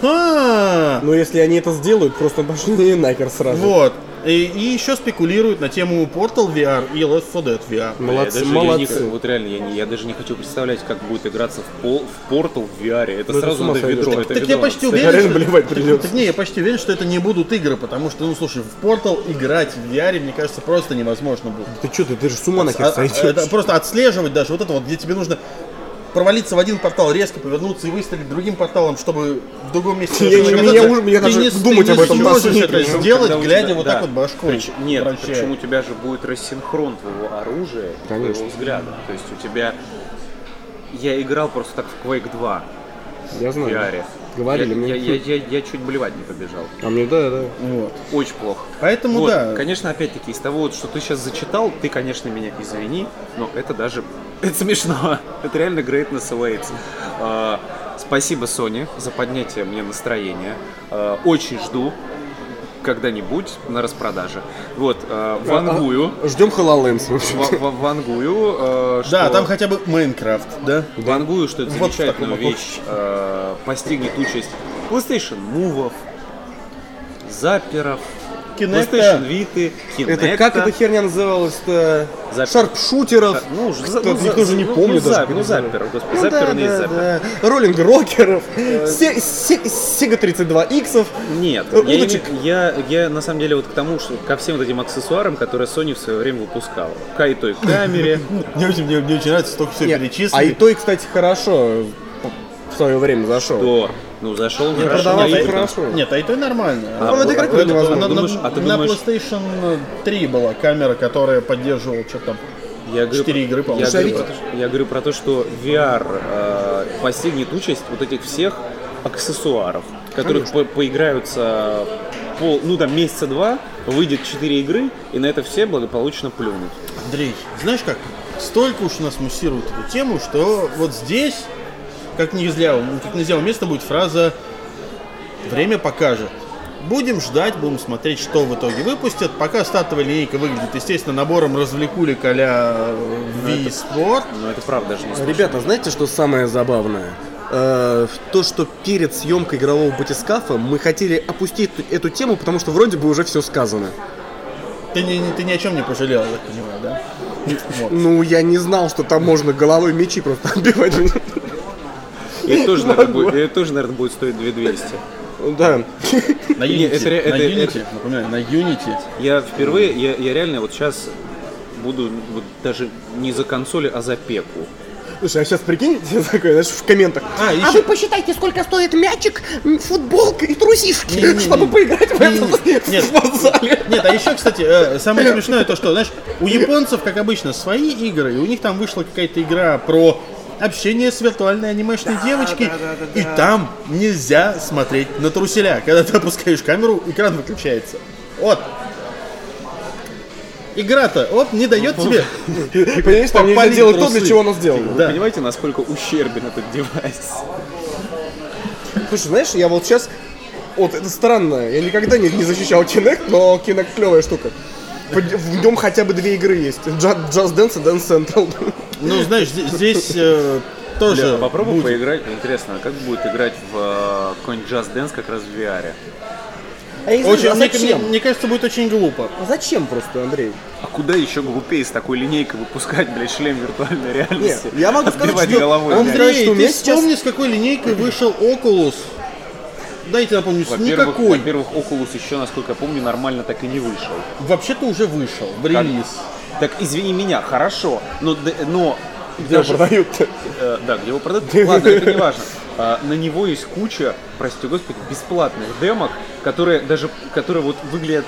S2: Ха!
S3: Но если они это сделают, просто пошли нахер сразу.
S2: Вот. И, еще спекулируют на тему Portal VR и Left 4 Dead VR.
S1: Бля, я
S3: Молодцы,
S1: даже- я
S3: молодцы.
S1: не- вот реально, я, не- я даже не хочу представлять, как будет играться в, пол, в портал в VR. Это
S3: Ну, это
S1: сразу
S3: с ума
S1: надо
S3: сойдешь.
S1: ведро.
S3: Так-
S1: это
S2: Так я
S1: ведро
S2: почти
S1: надо
S2: уверен,
S3: реально
S2: что-
S3: блевать
S2: так-
S3: придется.
S2: так не, я почти уверен, что это не будут игры, потому что, ну слушай, в Portal играть в VR, мне кажется, просто невозможно будет.
S3: Ты что, ты, ты же с ума нахер
S2: А-
S3: сойдешь.
S2: это просто отслеживать даже вот это вот, где тебе нужно провалиться в один портал, резко повернуться и выстрелить другим порталом, чтобы в другом месте...
S3: Я не-
S2: оказаться.
S3: меня уже- мне
S2: Ты
S3: даже
S2: не-
S3: думать
S2: ты
S3: об этом
S2: не
S3: на
S2: сможешь
S3: сутки,
S2: это
S3: причем,
S2: сделать,
S1: когда у
S2: глядя
S1: тебя-
S2: вот
S1: да.
S2: так вот башкой.
S1: Прич- Нет,
S2: вращая.
S1: почему у тебя же будет рассинхрон твоего оружия и твоего взгляда. То есть у тебя... Я играл просто так в Quake 2
S3: Я
S1: в
S3: знаю.
S1: VR.
S3: Говорили
S1: я,
S3: мне.
S1: Я, я- я- я чуть блевать не побежал.
S3: А мне да, да.
S2: Вот.
S1: Очень плохо.
S2: Поэтому
S1: Вот,
S2: да.
S1: Конечно, опять-таки, из того, вот, что ты сейчас зачитал, ты, конечно, меня извини, но это даже... Это смешно. Это реально greatness awaits. А, спасибо, Sony, за поднятие мне настроения. А, очень жду когда-нибудь на распродаже. Вот, а, вангую.
S3: Ждем Хололенс, в общем.
S1: Ва- ва- Вангую, э, что...
S2: Да, там хотя бы Майнкрафт, да?
S1: Вангую, что это
S2: Вот в
S1: замечательную
S2: таком
S1: вещь э, постигнет участь PlayStation Move, заперов,
S3: Ну,
S2: Кинекта.
S1: PlayStation Vita, Kinect.
S3: Это как эта херня называлась-то?
S1: Зап-
S3: Шарпшутеров.
S1: Ну, уж за-
S3: Тут
S1: ну,
S3: никто
S1: за-
S3: же не
S1: ну,
S3: помнит
S1: ну, зап-
S3: даже, как
S1: Ну,
S3: это
S1: запер, господи,
S3: Ну
S1: запер
S3: да,
S1: не
S3: да,
S1: запер.
S3: да. Роллинг рокеров, Се- Се- Sega 32 иксов.
S1: Нет,
S3: Э,
S1: я,
S3: удочек.
S1: име- я, я на самом деле вот к тому, что ко всем вот этим аксессуарам, которые Sony в свое время выпускала. К и той камере,
S2: Мне очень, мне, мне очень нравится, столько все
S3: Нет,
S2: перечислили.
S3: А и той, кстати, хорошо в свое время зашел.
S1: то, ну, зашел хорошо.
S3: Продавался
S1: наивно.
S3: хорошо.
S2: Нет, а и то нормально.
S3: А, вот играть
S2: это-
S3: невозможно.
S2: на- на-
S1: Думаешь, а ты
S2: на
S1: думаешь-
S2: PlayStation 3 была камера, которая поддерживала что-то там.
S1: Я говорю,
S2: Четыре игры, по-моему.
S1: я говорю,
S2: Шарики.
S1: про, то, что- я говорю про то, что VR э, постигнет участь вот этих всех аксессуаров, которых по- поиграются пол, ну там месяца два, выйдет четыре игры, и на это все благополучно плюнут.
S2: Андрей, знаешь как? Столько уж нас муссируют эту тему, что вот здесь, как нельзя, как нельзя уместно будет фраза «Время покажет». Будем ждать, будем смотреть, что в итоге выпустят. Пока стартовая линейка выглядит, естественно, набором развлекулик а-ля Wii Sport.
S1: Но Ну, это правда даже не смешно.
S3: Ребята, знаете, что самое забавное? Э, То, что перед съемкой игрового батискафа мы хотели опустить ту- эту тему, потому что вроде бы уже все сказано.
S2: Ты, ни, ты ни о чем не пожалел, я так понимаю, да? Вот.
S3: Ну, я не знал, что там можно головой мечи просто отбивать.
S1: И это тоже, наверное, будет, и это тоже, наверное, будет стоить 2200.
S3: Да.
S2: На
S1: Не,
S2: Unity,
S1: это ре-
S2: на
S1: это-
S2: Unity, напоминаю, на Unity.
S1: Я впервые, я, я реально вот сейчас буду ну, вот даже не за консоли, а за пеку.
S3: Слушай, а сейчас прикинь, такое, знаешь, в комментах.
S2: А,
S5: А
S2: еще...
S5: вы посчитайте, сколько стоит мячик, м, футболка и трусишки,
S2: Не-не-не.
S5: чтобы поиграть в этом
S2: Нет.
S5: спортзале.
S2: Нет, а еще, кстати, э, самое смешное то, что, знаешь, у японцев, как обычно, свои игры, и у них там вышла какая-то игра про общение с виртуальной анимешной девочкой, и там нельзя смотреть на труселя. Когда ты опускаешь камеру, экран выключается. Вот. Игра-то, оп, не дает
S1: Ну,
S2: тебе.
S3: Понимаешь, там нельзя
S2: Попали
S3: делать то,
S2: трусы.
S3: для чего она сделана.
S2: Да.
S1: Понимаете, насколько ущербен этот девайс?
S3: Слушай, знаешь, я вот сейчас... Вот это странно, я никогда не, не защищал Kinect, но Kinect клевая штука. В, в нем хотя бы две игры есть. Just, Just Dance и Dance Central.
S2: Ну, знаешь, здесь- здесь э,
S1: Бля,
S2: тоже...
S1: попробуй
S2: будет.
S1: поиграть. Интересно, а как будет играть в э, какой-нибудь Just Dance как раз в VR?
S3: А я не
S2: Очень,
S3: знаю, а
S2: мне- мне,
S3: зачем?
S2: мне кажется, будет очень глупо.
S3: А зачем просто, Андрей?
S1: А куда еще глупее с такой линейкой выпускать, блядь, шлем виртуальной реальности?
S3: Не, я могу сказать,
S1: Отбивать
S3: что
S1: головой,
S3: он
S1: блядь.
S3: знаешь,
S2: Андрей,
S3: что у
S2: ты
S3: меня сейчас-
S2: вспомни, с какой линейкой вышел Oculus. Дайте напомню, с
S1: Во-первых,
S2: никакой.
S1: во-первых, Oculus еще, насколько я помню, нормально так и не вышел.
S2: Вообще-то уже вышел в релиз.
S1: Так извини меня, хорошо, но, д- но
S3: Где
S1: даже-
S3: продают-то?
S1: э, да, где его продают? Ладно, это не важно. А, на него есть куча, прости господи, бесплатных демок, которые даже, которые вот выглядят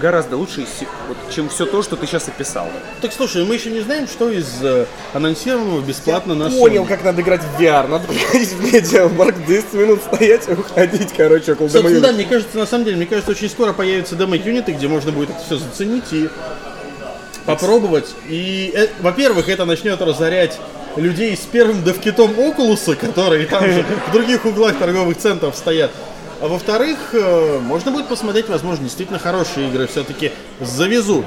S1: гораздо лучше, се- вот, чем все то, что ты сейчас описал.
S2: Так слушай, мы еще не знаем, что из э, анонсированного бесплатно на
S3: Понял,
S2: Sony.
S3: как надо играть в VR. Надо приходить в медиамарк 10 минут стоять и уходить, короче, около дома
S2: Собственно, да,
S3: Юнити.
S2: мне кажется, на самом деле, мне кажется, очень скоро появятся демо-юниты, где можно будет это все заценить и попробовать. И, э, во-первых, это начнет разорять людей с первым девкитом Окулуса, которые там же в других углах торговых центров стоят. А во-вторых, э, можно будет посмотреть, возможно, действительно хорошие игры все-таки завезу.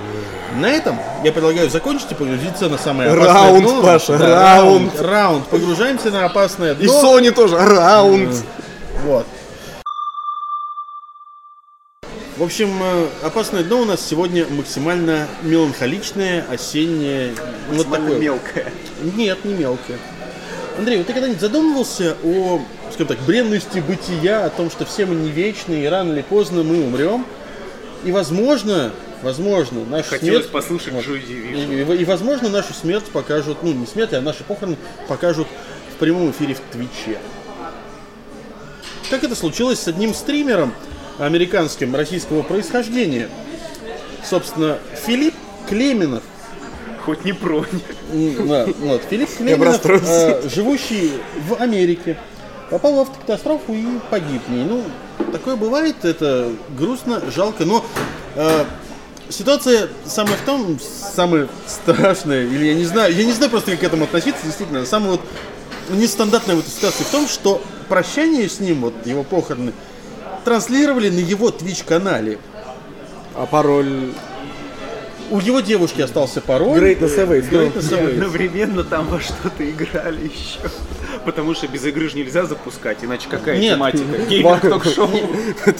S2: На этом я предлагаю закончить и погрузиться на самое опасное
S3: Раунд,
S2: дно.
S3: Паша, раунд.
S2: Раунд. Погружаемся на опасное
S3: И
S2: дно.
S3: Sony тоже. Раунд.
S2: Вот. В общем, э, опасное дно у нас сегодня максимально меланхоличное, осеннее. вот такое.
S1: мелкая.
S2: Нет, не мелкое. Андрей, вот ты когда-нибудь задумывался о, скажем так, бренности бытия, о том, что все мы не вечны, и рано или поздно мы умрем? И возможно, возможно, нашу
S9: Хотелось
S2: смерть-
S9: послушать
S2: Вот.
S9: Joy Division.
S2: И, и- и, возможно, нашу смерть покажут, ну, не смерть, а наши похороны покажут в прямом эфире в Твиче. Как это случилось с одним стримером американским, российского происхождения? Собственно, Филипп Клеменов.
S9: Хоть не проник.
S2: М, да, Ну, вот, Филипп Клеменов, э, живущий в Америке, попал в автокатастрофу и погиб в ней. Ну, такое бывает, это грустно, жалко, но э, ситуация самая в том, самая страшная, или я не знаю, я не знаю просто, как к этому относиться, действительно, самое вот нестандартное в этой ситуации в том, что прощание с ним, вот его похороны, транслировали на его Twitch-канале.
S3: А пароль...
S2: У его девушки остался пароль.
S3: Greatness Awaits, да.
S2: Greatness Awaits.
S9: Одновременно там во что-то играли еще. Потому что без игры же нельзя запускать, иначе какая
S2: Нет.
S9: тематика?
S3: House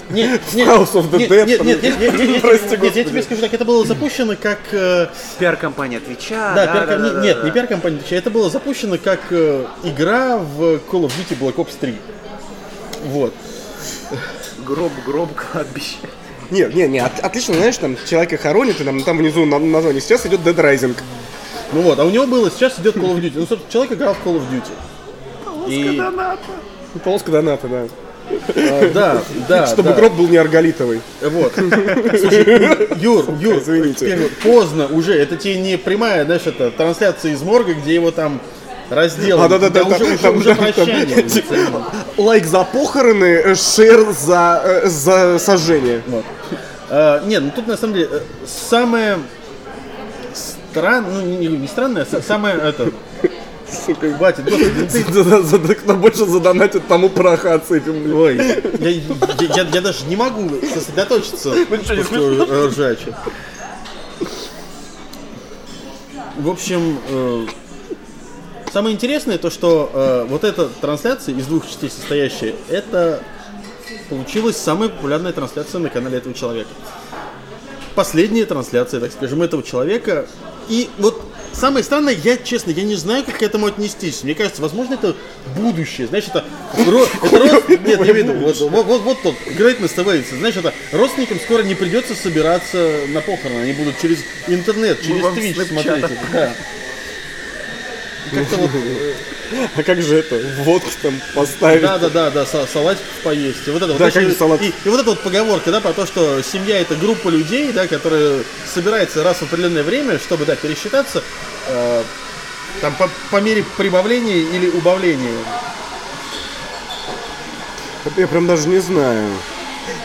S2: Нет, нет,
S3: of the
S2: нет,
S3: Dead,
S2: нет,
S3: там.
S2: нет, нет, нет, нет, нет,
S3: Прости,
S2: нет, я
S3: господи.
S2: тебе скажу так, это было запущено как... э,
S9: Пиар-компания отвечает.
S2: А, да, пиар- не- нет, не пиар-компания, отвечаю, это было запущено как э, игра в Call of Duty Black Ops 3. Вот.
S9: Гроб, гроб, кладбище.
S3: Не, не, не, от- отлично, знаешь, там человека хоронит, и там, там внизу на название. Сейчас идет Dead Rising.
S2: Ну вот, а у него было, сейчас идет Call of Duty. Ну, собственно, человек играл в Call of Duty. И-
S3: Ну, Полоска доната, да.
S2: э, да, да,
S3: Чтобы
S2: да.
S3: гроб был не арголитовый.
S2: Вот. Слушай, Юр, Юр,
S3: извините.
S2: первый- поздно уже. Это тебе не прямая, знаешь, это трансляция из морга, где его там разделали.
S3: А, да, да,
S2: Да
S3: да,
S2: уже-
S3: там-
S2: уже-
S3: там-
S2: уже
S3: там- там-
S2: прощание.
S3: Лайк за похороны, э, шер за, э, за сожжение.
S2: Вот. А, не, ну тут на самом деле э, самое странное, ну не, не странное, а са- самое это
S10: сука.
S2: Хватит, господи, ты-
S10: Кто больше задонатит, тому праха отсыпем, блин.
S2: Ой, я, я- я- я даже не могу сосредоточиться. Что, ржачи. В общем, э, самое интересное то, что э, вот эта трансляция из двух частей состоящая, это получилась самая популярная трансляция на канале этого человека. Последняя трансляция, так скажем, этого человека. И вот самое странное, я честно, я не знаю, как к этому отнестись. Мне кажется, возможно, это будущее. Знаешь, это, ро- это род- Нет, я имею в виду, вот, вот, вот, вот тот greatness становится. Знаешь, это родственникам скоро не придется собираться на похороны. Они будут через интернет, через
S11: вам
S2: Twitch
S11: снэпчатом.
S2: смотреть. это, Да. Как-то вот
S10: А как же это? Водки там поставить.
S2: Да, да, да, да, са- салатиков поесть. И вот это
S10: Да,
S2: вот, знаешь,
S10: конечно,
S2: и-
S10: салат.
S2: И, и вот эта вот поговорка, да, про то, что семья это группа людей, да, которые собирается раз в определенное время, чтобы, да, пересчитаться, э, там по, по мере прибавления или убавления.
S10: Я прям даже не знаю.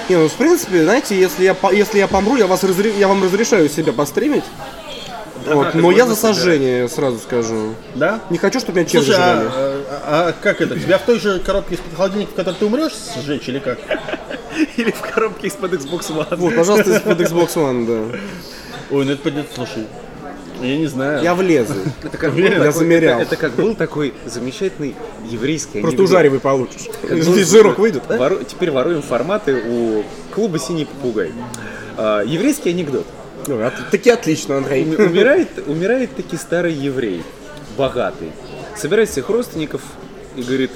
S3: Не, ну в принципе, знаете, если я, по- если я помру, я, вас разре- я вам разрешаю себя постримить. вот, но я за сожжение, сразу скажу.
S2: Да?
S3: Не хочу, чтобы меня черви
S2: Слушай, а,
S3: жрали.
S2: а- а как это? Тебя в той же коробке из-под холодильника, в которой ты умрешь, сжечь или как?
S11: Или в коробке из-под Xbox One.
S3: Вот, пожалуйста, из-под Xbox One, да.
S2: Ой, ну это поднят, слушай. Я не знаю.
S3: Я влезу.
S1: Это как
S3: Я
S1: такой-
S3: замерял.
S1: Это, это как был такой замечательный еврейский
S3: Просто
S1: анекдот.
S3: ужаривый получишь.
S1: Как был-
S3: Здесь жирок выйдет, да?
S1: Вору- Теперь воруем форматы у клуба «Синий попугай». А, еврейский анекдот.
S3: Ну, а ты- Таки отлично, Андрей.
S1: Уми- Умирает, умирает таки старый еврей, богатый. Собирает всех родственников и говорит,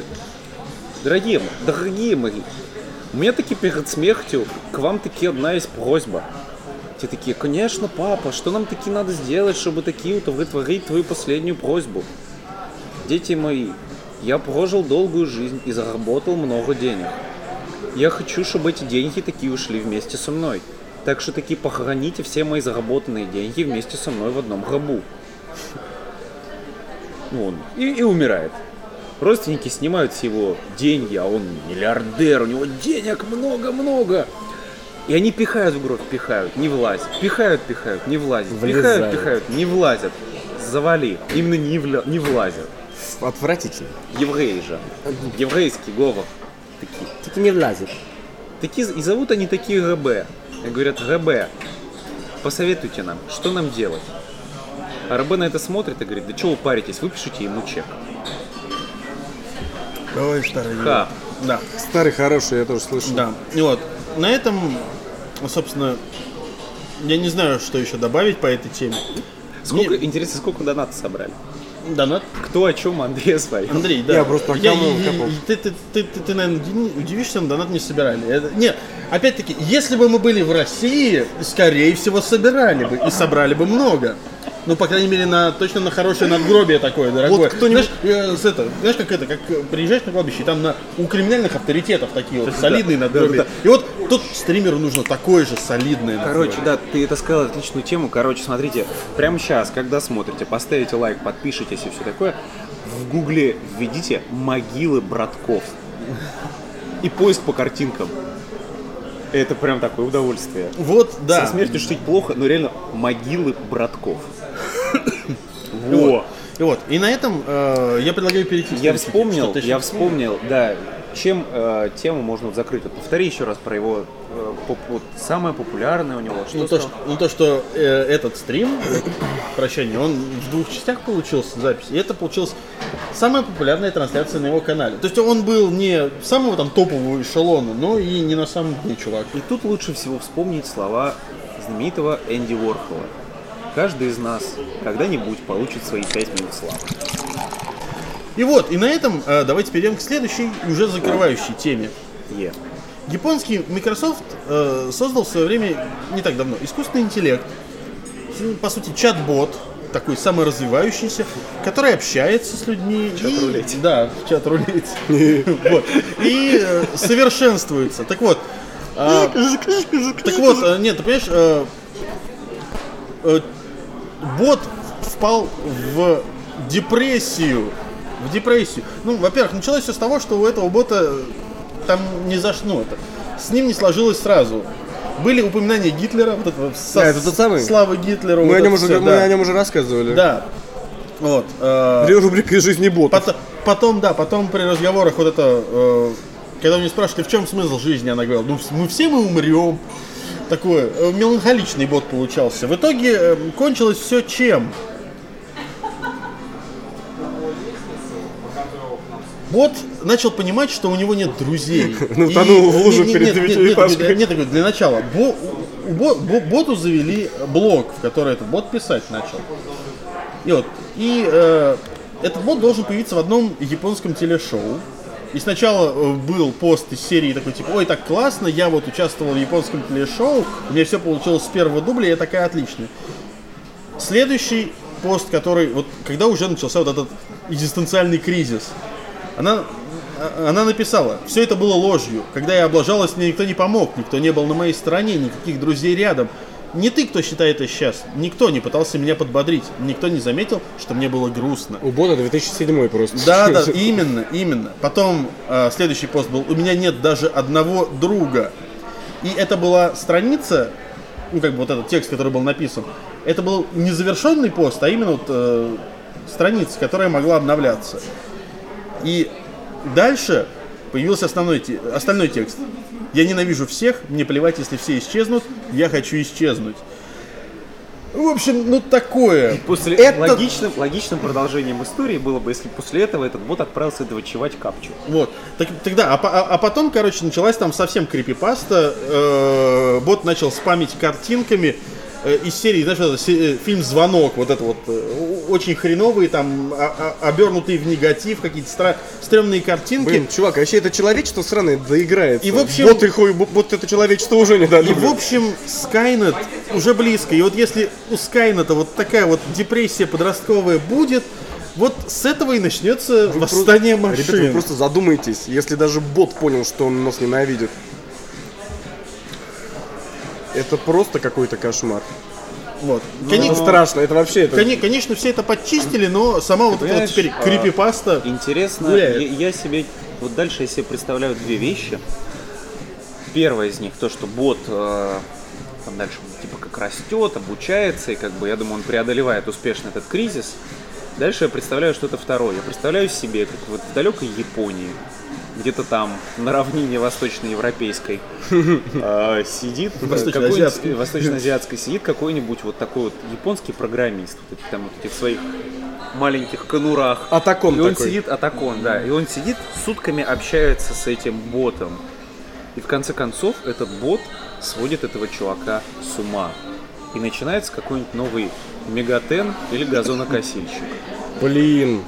S1: дорогие, м- дорогие мои, у меня таки перед смертью к вам таки одна есть просьба. Те такие, конечно, папа, что нам таки надо сделать, чтобы таки удовлетворить твою последнюю просьбу? Дети мои, я прожил долгую жизнь и заработал много денег. Я хочу, чтобы эти деньги такие ушли вместе со мной. Так что такие похороните все мои заработанные деньги вместе со мной в одном гробу. Ну, Он и, и умирает. Родственники снимают с его деньги, а он миллиардер, у него денег много-много. И они пихают в гроб, пихают, не влазят. Пихают, пихают, не влазят. Пихают, пихают, не влазят. Завали. Именно не, вля- не влазят.
S3: Отвратительно.
S1: Евреи же. Еврейский говор. Такие.
S3: Таки не влазит.
S1: Такие, и зовут они такие ГБ. И говорят, ГБ, посоветуйте нам, что нам делать? А РБ на это смотрит и говорит, да чего вы паритесь, выпишите ему чек.
S2: Ой, старый.
S1: Ха,
S2: Да.
S3: Старый хороший, я тоже слышал.
S2: Да. И вот, на этом, ну, собственно, я не знаю, что еще добавить по этой теме.
S1: сколько, интересно, сколько донатов собрали?
S2: Донат.
S1: Кто о чем Андрея сварил?
S2: Андрей, да.
S3: Я просто так кому копал.
S2: ты, ты, ты, ты, ты, наверное, уди- удивишься, но донат не собирали. Это- нет, опять-таки, если бы мы были в России, скорее всего, собирали бы и собрали бы много. Ну, по крайней мере, на точно на хорошее надгробие такое, дорогое. знаешь, э, с это, знаешь, как это, как э, приезжаешь на кладбище, и там на, у криминальных авторитетов такие вот солидные надгробия. И вот тут стримеру нужно такое же солидное
S1: Короче,
S2: надгробие.
S1: да, ты это сказал отличную тему. Короче, смотрите, прямо сейчас, когда смотрите, поставите лайк, подпишитесь и все такое, в гугле введите могилы братков. И поиск по картинкам. Это прям такое удовольствие.
S2: Вот, да.
S1: Со смертью шутить плохо, но реально могилы братков.
S2: Вот. И вот. И на этом э, я предлагаю перейти. к
S1: Я
S2: следующей теме.
S1: вспомнил,
S2: Что-то еще
S1: я
S2: есть?
S1: вспомнил, да, чем э, тему можно вот закрыть. Вот повтори еще раз про его э, поп- вот самое популярное у него. Что
S2: Ну то,
S1: стало?
S2: что, ну, то, что э, этот стрим, прощение, он в двух частях получился запись. И это получилась самая популярная трансляция на его канале. То есть он был не самого там топового эшелона, но и не на самом дне, чувак.
S1: И тут лучше всего вспомнить слова знаменитого Энди Уорхола. Каждый из нас когда-нибудь получит свои пять минут славы.
S2: И вот, и на этом э, давайте перейдем к следующей, уже закрывающей теме.
S1: Е.
S2: Японский Microsoft э, создал в свое время, не так давно, искусственный интеллект. Ну, По сути, чат-бот, такой саморазвивающийся, который общается с людьми. и- Да, чат рулить. Вот. И э, совершенствуется. Так вот. а, Так вот, э, нет, ты понимаешь, э, э, бот впал в депрессию. В депрессию. Ну, во-первых, началось все с того, что у этого бота э, там не зашло это. С ним не сложилось сразу. Были упоминания Гитлера, вот этого, со-
S3: это тот самый?
S2: славы Гитлеру.
S3: Мы
S2: вот
S3: о нем
S2: это
S3: уже
S2: всё,
S3: мы
S2: да.
S3: о нем уже рассказывали.
S2: Да. Вот. э,
S3: Рубрика из жизни бот.
S2: Потом, потом, да, потом при разговорах вот это, э, когда меня спрашивали, «А в чем смысл жизни, она говорила, ну вс- мы все мы умрем. Такой э, меланхоличный бот получался. В итоге э, кончилось все чем? Бот начал понимать, что у него нет друзей.
S3: Ну,
S2: И-
S3: утонул в лужу
S2: не- не-
S3: перед
S2: нет, нет,
S3: девятиэтажкой.
S2: Нет, нет, нет, для начала. Бо- у бо- бо- боту завели блог, в который этот бот писать начал. И вот, и э, этот бот должен появиться в одном японском телешоу. И сначала э, был пост из серии такой, типа, ой, так классно, я вот участвовал в японском телешоу, у меня все получилось с первого дубля, я такая отличная. Следующий пост, который, вот, когда уже начался вот этот экзистенциальный кризис, она, а- она написала, все это было ложью. Когда я облажалась, мне никто не помог, никто не был на моей стороне, никаких друзей рядом. Не ты, кто считает это сейчас. Никто не пытался меня подбодрить. Никто не заметил, что мне было грустно.
S3: У бота 2007 просто.
S2: Да, да, именно, именно. Потом э, следующий пост был. У меня нет даже одного друга. И это была страница, ну как бы вот этот текст, который был написан. Это был не завершенный пост, а именно вот э, страница, которая могла обновляться. И дальше появился основной те- остальной текст. Я ненавижу всех, мне плевать, если все исчезнут, я хочу исчезнуть. В общем, ну такое.
S1: После
S2: Это-
S1: логичным, логичным продолжением истории было бы, если после этого этот бот отправился дочевать капчу.
S2: Вот. Так, тогда, а, по- а- а потом, короче, началась там совсем крипипаста. Э, бот начал спамить картинками э, из серии, знаешь, вот это се- э, фильм «Звонок», вот это вот, э, о- очень хреновые, там, а- а- обернутые в негатив, какие-то стра- стрёмные картинки.
S3: Блин, чувак, вообще это человечество сраное доиграет.
S2: И в общем-
S3: Вот, их, ой, вот это человечество уже не дали.
S2: И, в общем, Skynet уже близко. И вот если у Skynet вот такая вот депрессия подростковая будет, вот с этого и начнется восстание
S3: Ребята, вы
S2: машин.
S3: просто задумайтесь, если даже бот понял, что он нас ненавидит. Это просто какой-то кошмар.
S2: Вот.
S3: Ну, Это
S2: Конечно,
S3: страшно, это вообще... Это...
S2: Коне- Конечно, все это подчистили, но сама вот эта вот
S1: понимаешь,
S2: теперь
S1: а,
S2: крипипаста.
S1: Интересно, я,
S2: Гуляет.
S1: я себе вот дальше я себе представляю две вещи. Первая из них то, что бот э, там дальше он, типа как растет, обучается и как бы я думаю он преодолевает успешно этот кризис. Дальше я представляю что-то второе. Я представляю себе, как вот в далекой Японии, где-то там на равнине восточноевропейской, э, сидит э,
S2: Восточноазиатской.
S1: какой-нибудь- восточноазиатской сидит какой-нибудь вот такой вот японский программист, вот эти там вот этих своих маленьких конурах.
S3: Атакон
S1: И он
S3: А такой.
S1: сидит, атакон, да. И он сидит, сутками общается с этим ботом. И в конце концов этот бот сводит этого чувака с ума. И начинается какой-нибудь новый мегатен или газонокосильщик.
S3: Блин.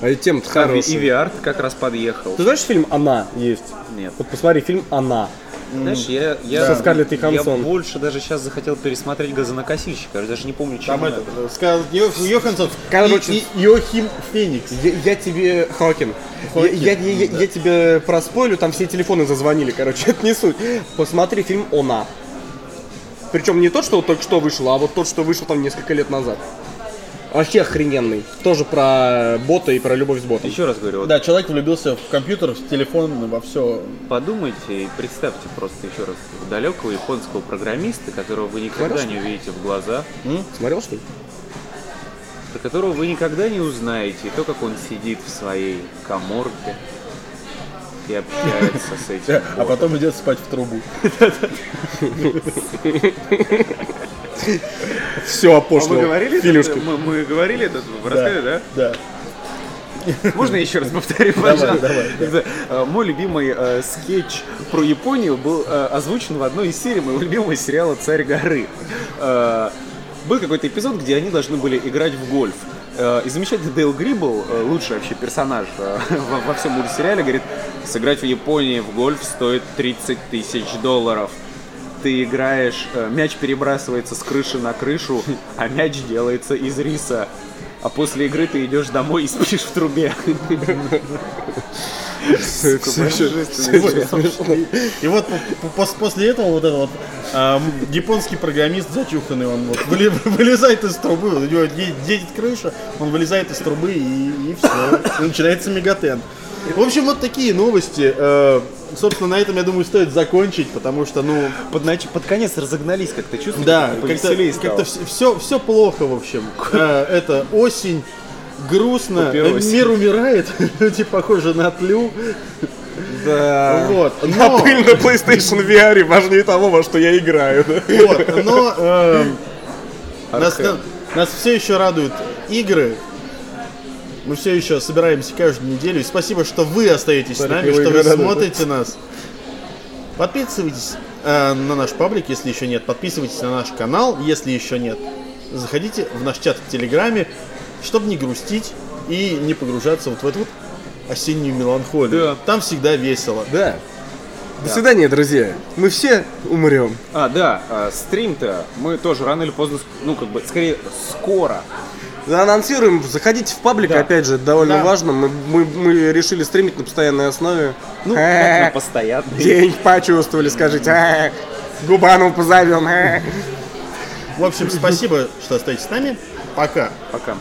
S3: А и тем-то
S1: А ви-
S3: хорошая.
S1: И VR как раз подъехал.
S3: Ты знаешь фильм «Она» есть?
S1: Нет.
S3: Вот посмотри, фильм «Она».
S1: Знаешь, я, я,
S3: Со Скарлетт Йоханссон.
S1: я больше даже сейчас захотел пересмотреть газонокосильщика. Я даже не помню, чем
S2: Там
S1: он
S2: этот,
S1: это.
S2: э, сказал Йо- Йоханссон
S3: Короче,
S2: и, и Йохим Феникс.
S3: Я, я тебе... Хокин.
S2: Хокин,
S3: я, я- я- я тебе проспойлю, там все телефоны зазвонили, короче, это не суть. Посмотри фильм «Она». Причем не тот, что вот только что вышел, а вот тот, что вышел там несколько лет назад. Вообще охрененный. Тоже про бота и про любовь с ботом.
S1: Еще раз говорю, вот
S2: Да, человек влюбился в компьютер, в телефон, во все.
S1: Подумайте и представьте просто еще раз далекого японского программиста, которого вы никогда не увидите в глаза,
S3: Смотрел, что ли?
S1: про которого вы никогда не узнаете, и то, как он сидит в своей коморке и общается с этим.
S2: А потом идет спать в трубу.
S3: Все,
S12: А мы
S3: опошлил.
S12: говорили, это,
S3: Фильмушка.
S12: мы, мы говорили это в рассказе, да?
S2: Да.
S1: Можно я еще раз повторю, пожалуйста? Э, Мой любимый э, скетч про Японию был э, озвучен в одной из серий моего любимого сериала «Царь горы». Э, Был какой-то эпизод, где они должны были играть в гольф. Э, И замечательный Дейл Гриббл, э, лучший вообще персонаж э, во- во всем мультсериале, говорит, сыграть в Японии в гольф стоит 30 тысяч долларов. Ты играешь, э, мяч перебрасывается с крыши на крышу, а мяч делается из риса. А после игры ты идешь домой и спишь в трубе.
S3: Всё- всё- всё-
S2: И вот по- по- пос- после этого вот этот вот а, м, японский программист зачуханный, он вот выли- вылезает из трубы, у него де- едет крыша, он вылезает из трубы и, все. начинается мегатен. В общем, вот такие новости. Э, Собственно, на этом, я думаю, стоит закончить, потому что, ну,
S1: Под, нач- под конец разогнались как-то, чувствую,
S2: Да,
S1: как-то
S2: как-то,
S1: повеселее стало.
S2: все, все плохо, в общем. Э, Это осень. грустно,
S1: Папиросе.
S2: мир умирает, люди похожи на тлю.
S3: Да.
S2: Вот. Но,
S3: Пыль на PlayStation VR важнее того, во что я играю. да.
S2: вот, но эм, нас, нас все еще радуют игры. Мы все еще собираемся каждую неделю. И спасибо, что вы остаетесь с нами,
S3: его
S2: что вы
S3: игра радует.
S2: смотрите нас. Подписывайтесь э, на наш паблик, если еще нет. Подписывайтесь на наш канал, если еще нет. Заходите в наш чат в Телеграме, чтобы не грустить и не погружаться вот в эту вот осеннюю меланхолию. Там всегда весело.
S3: Да. До свидания, друзья. Мы все умрем.
S1: А, да, а, стрим-то мы тоже рано или поздно, ск- ну, как бы, скорее, скоро.
S3: Анонсируем, заходите в паблик, опять же, это довольно важно. Мы, мы- мы решили стримить на постоянной основе.
S1: Ну, как на постоянно.
S3: День почувствовали, скажите. «А, Губану позовем. а».
S2: В общем, спасибо, что остаетесь с нами. Пока.
S1: Пока.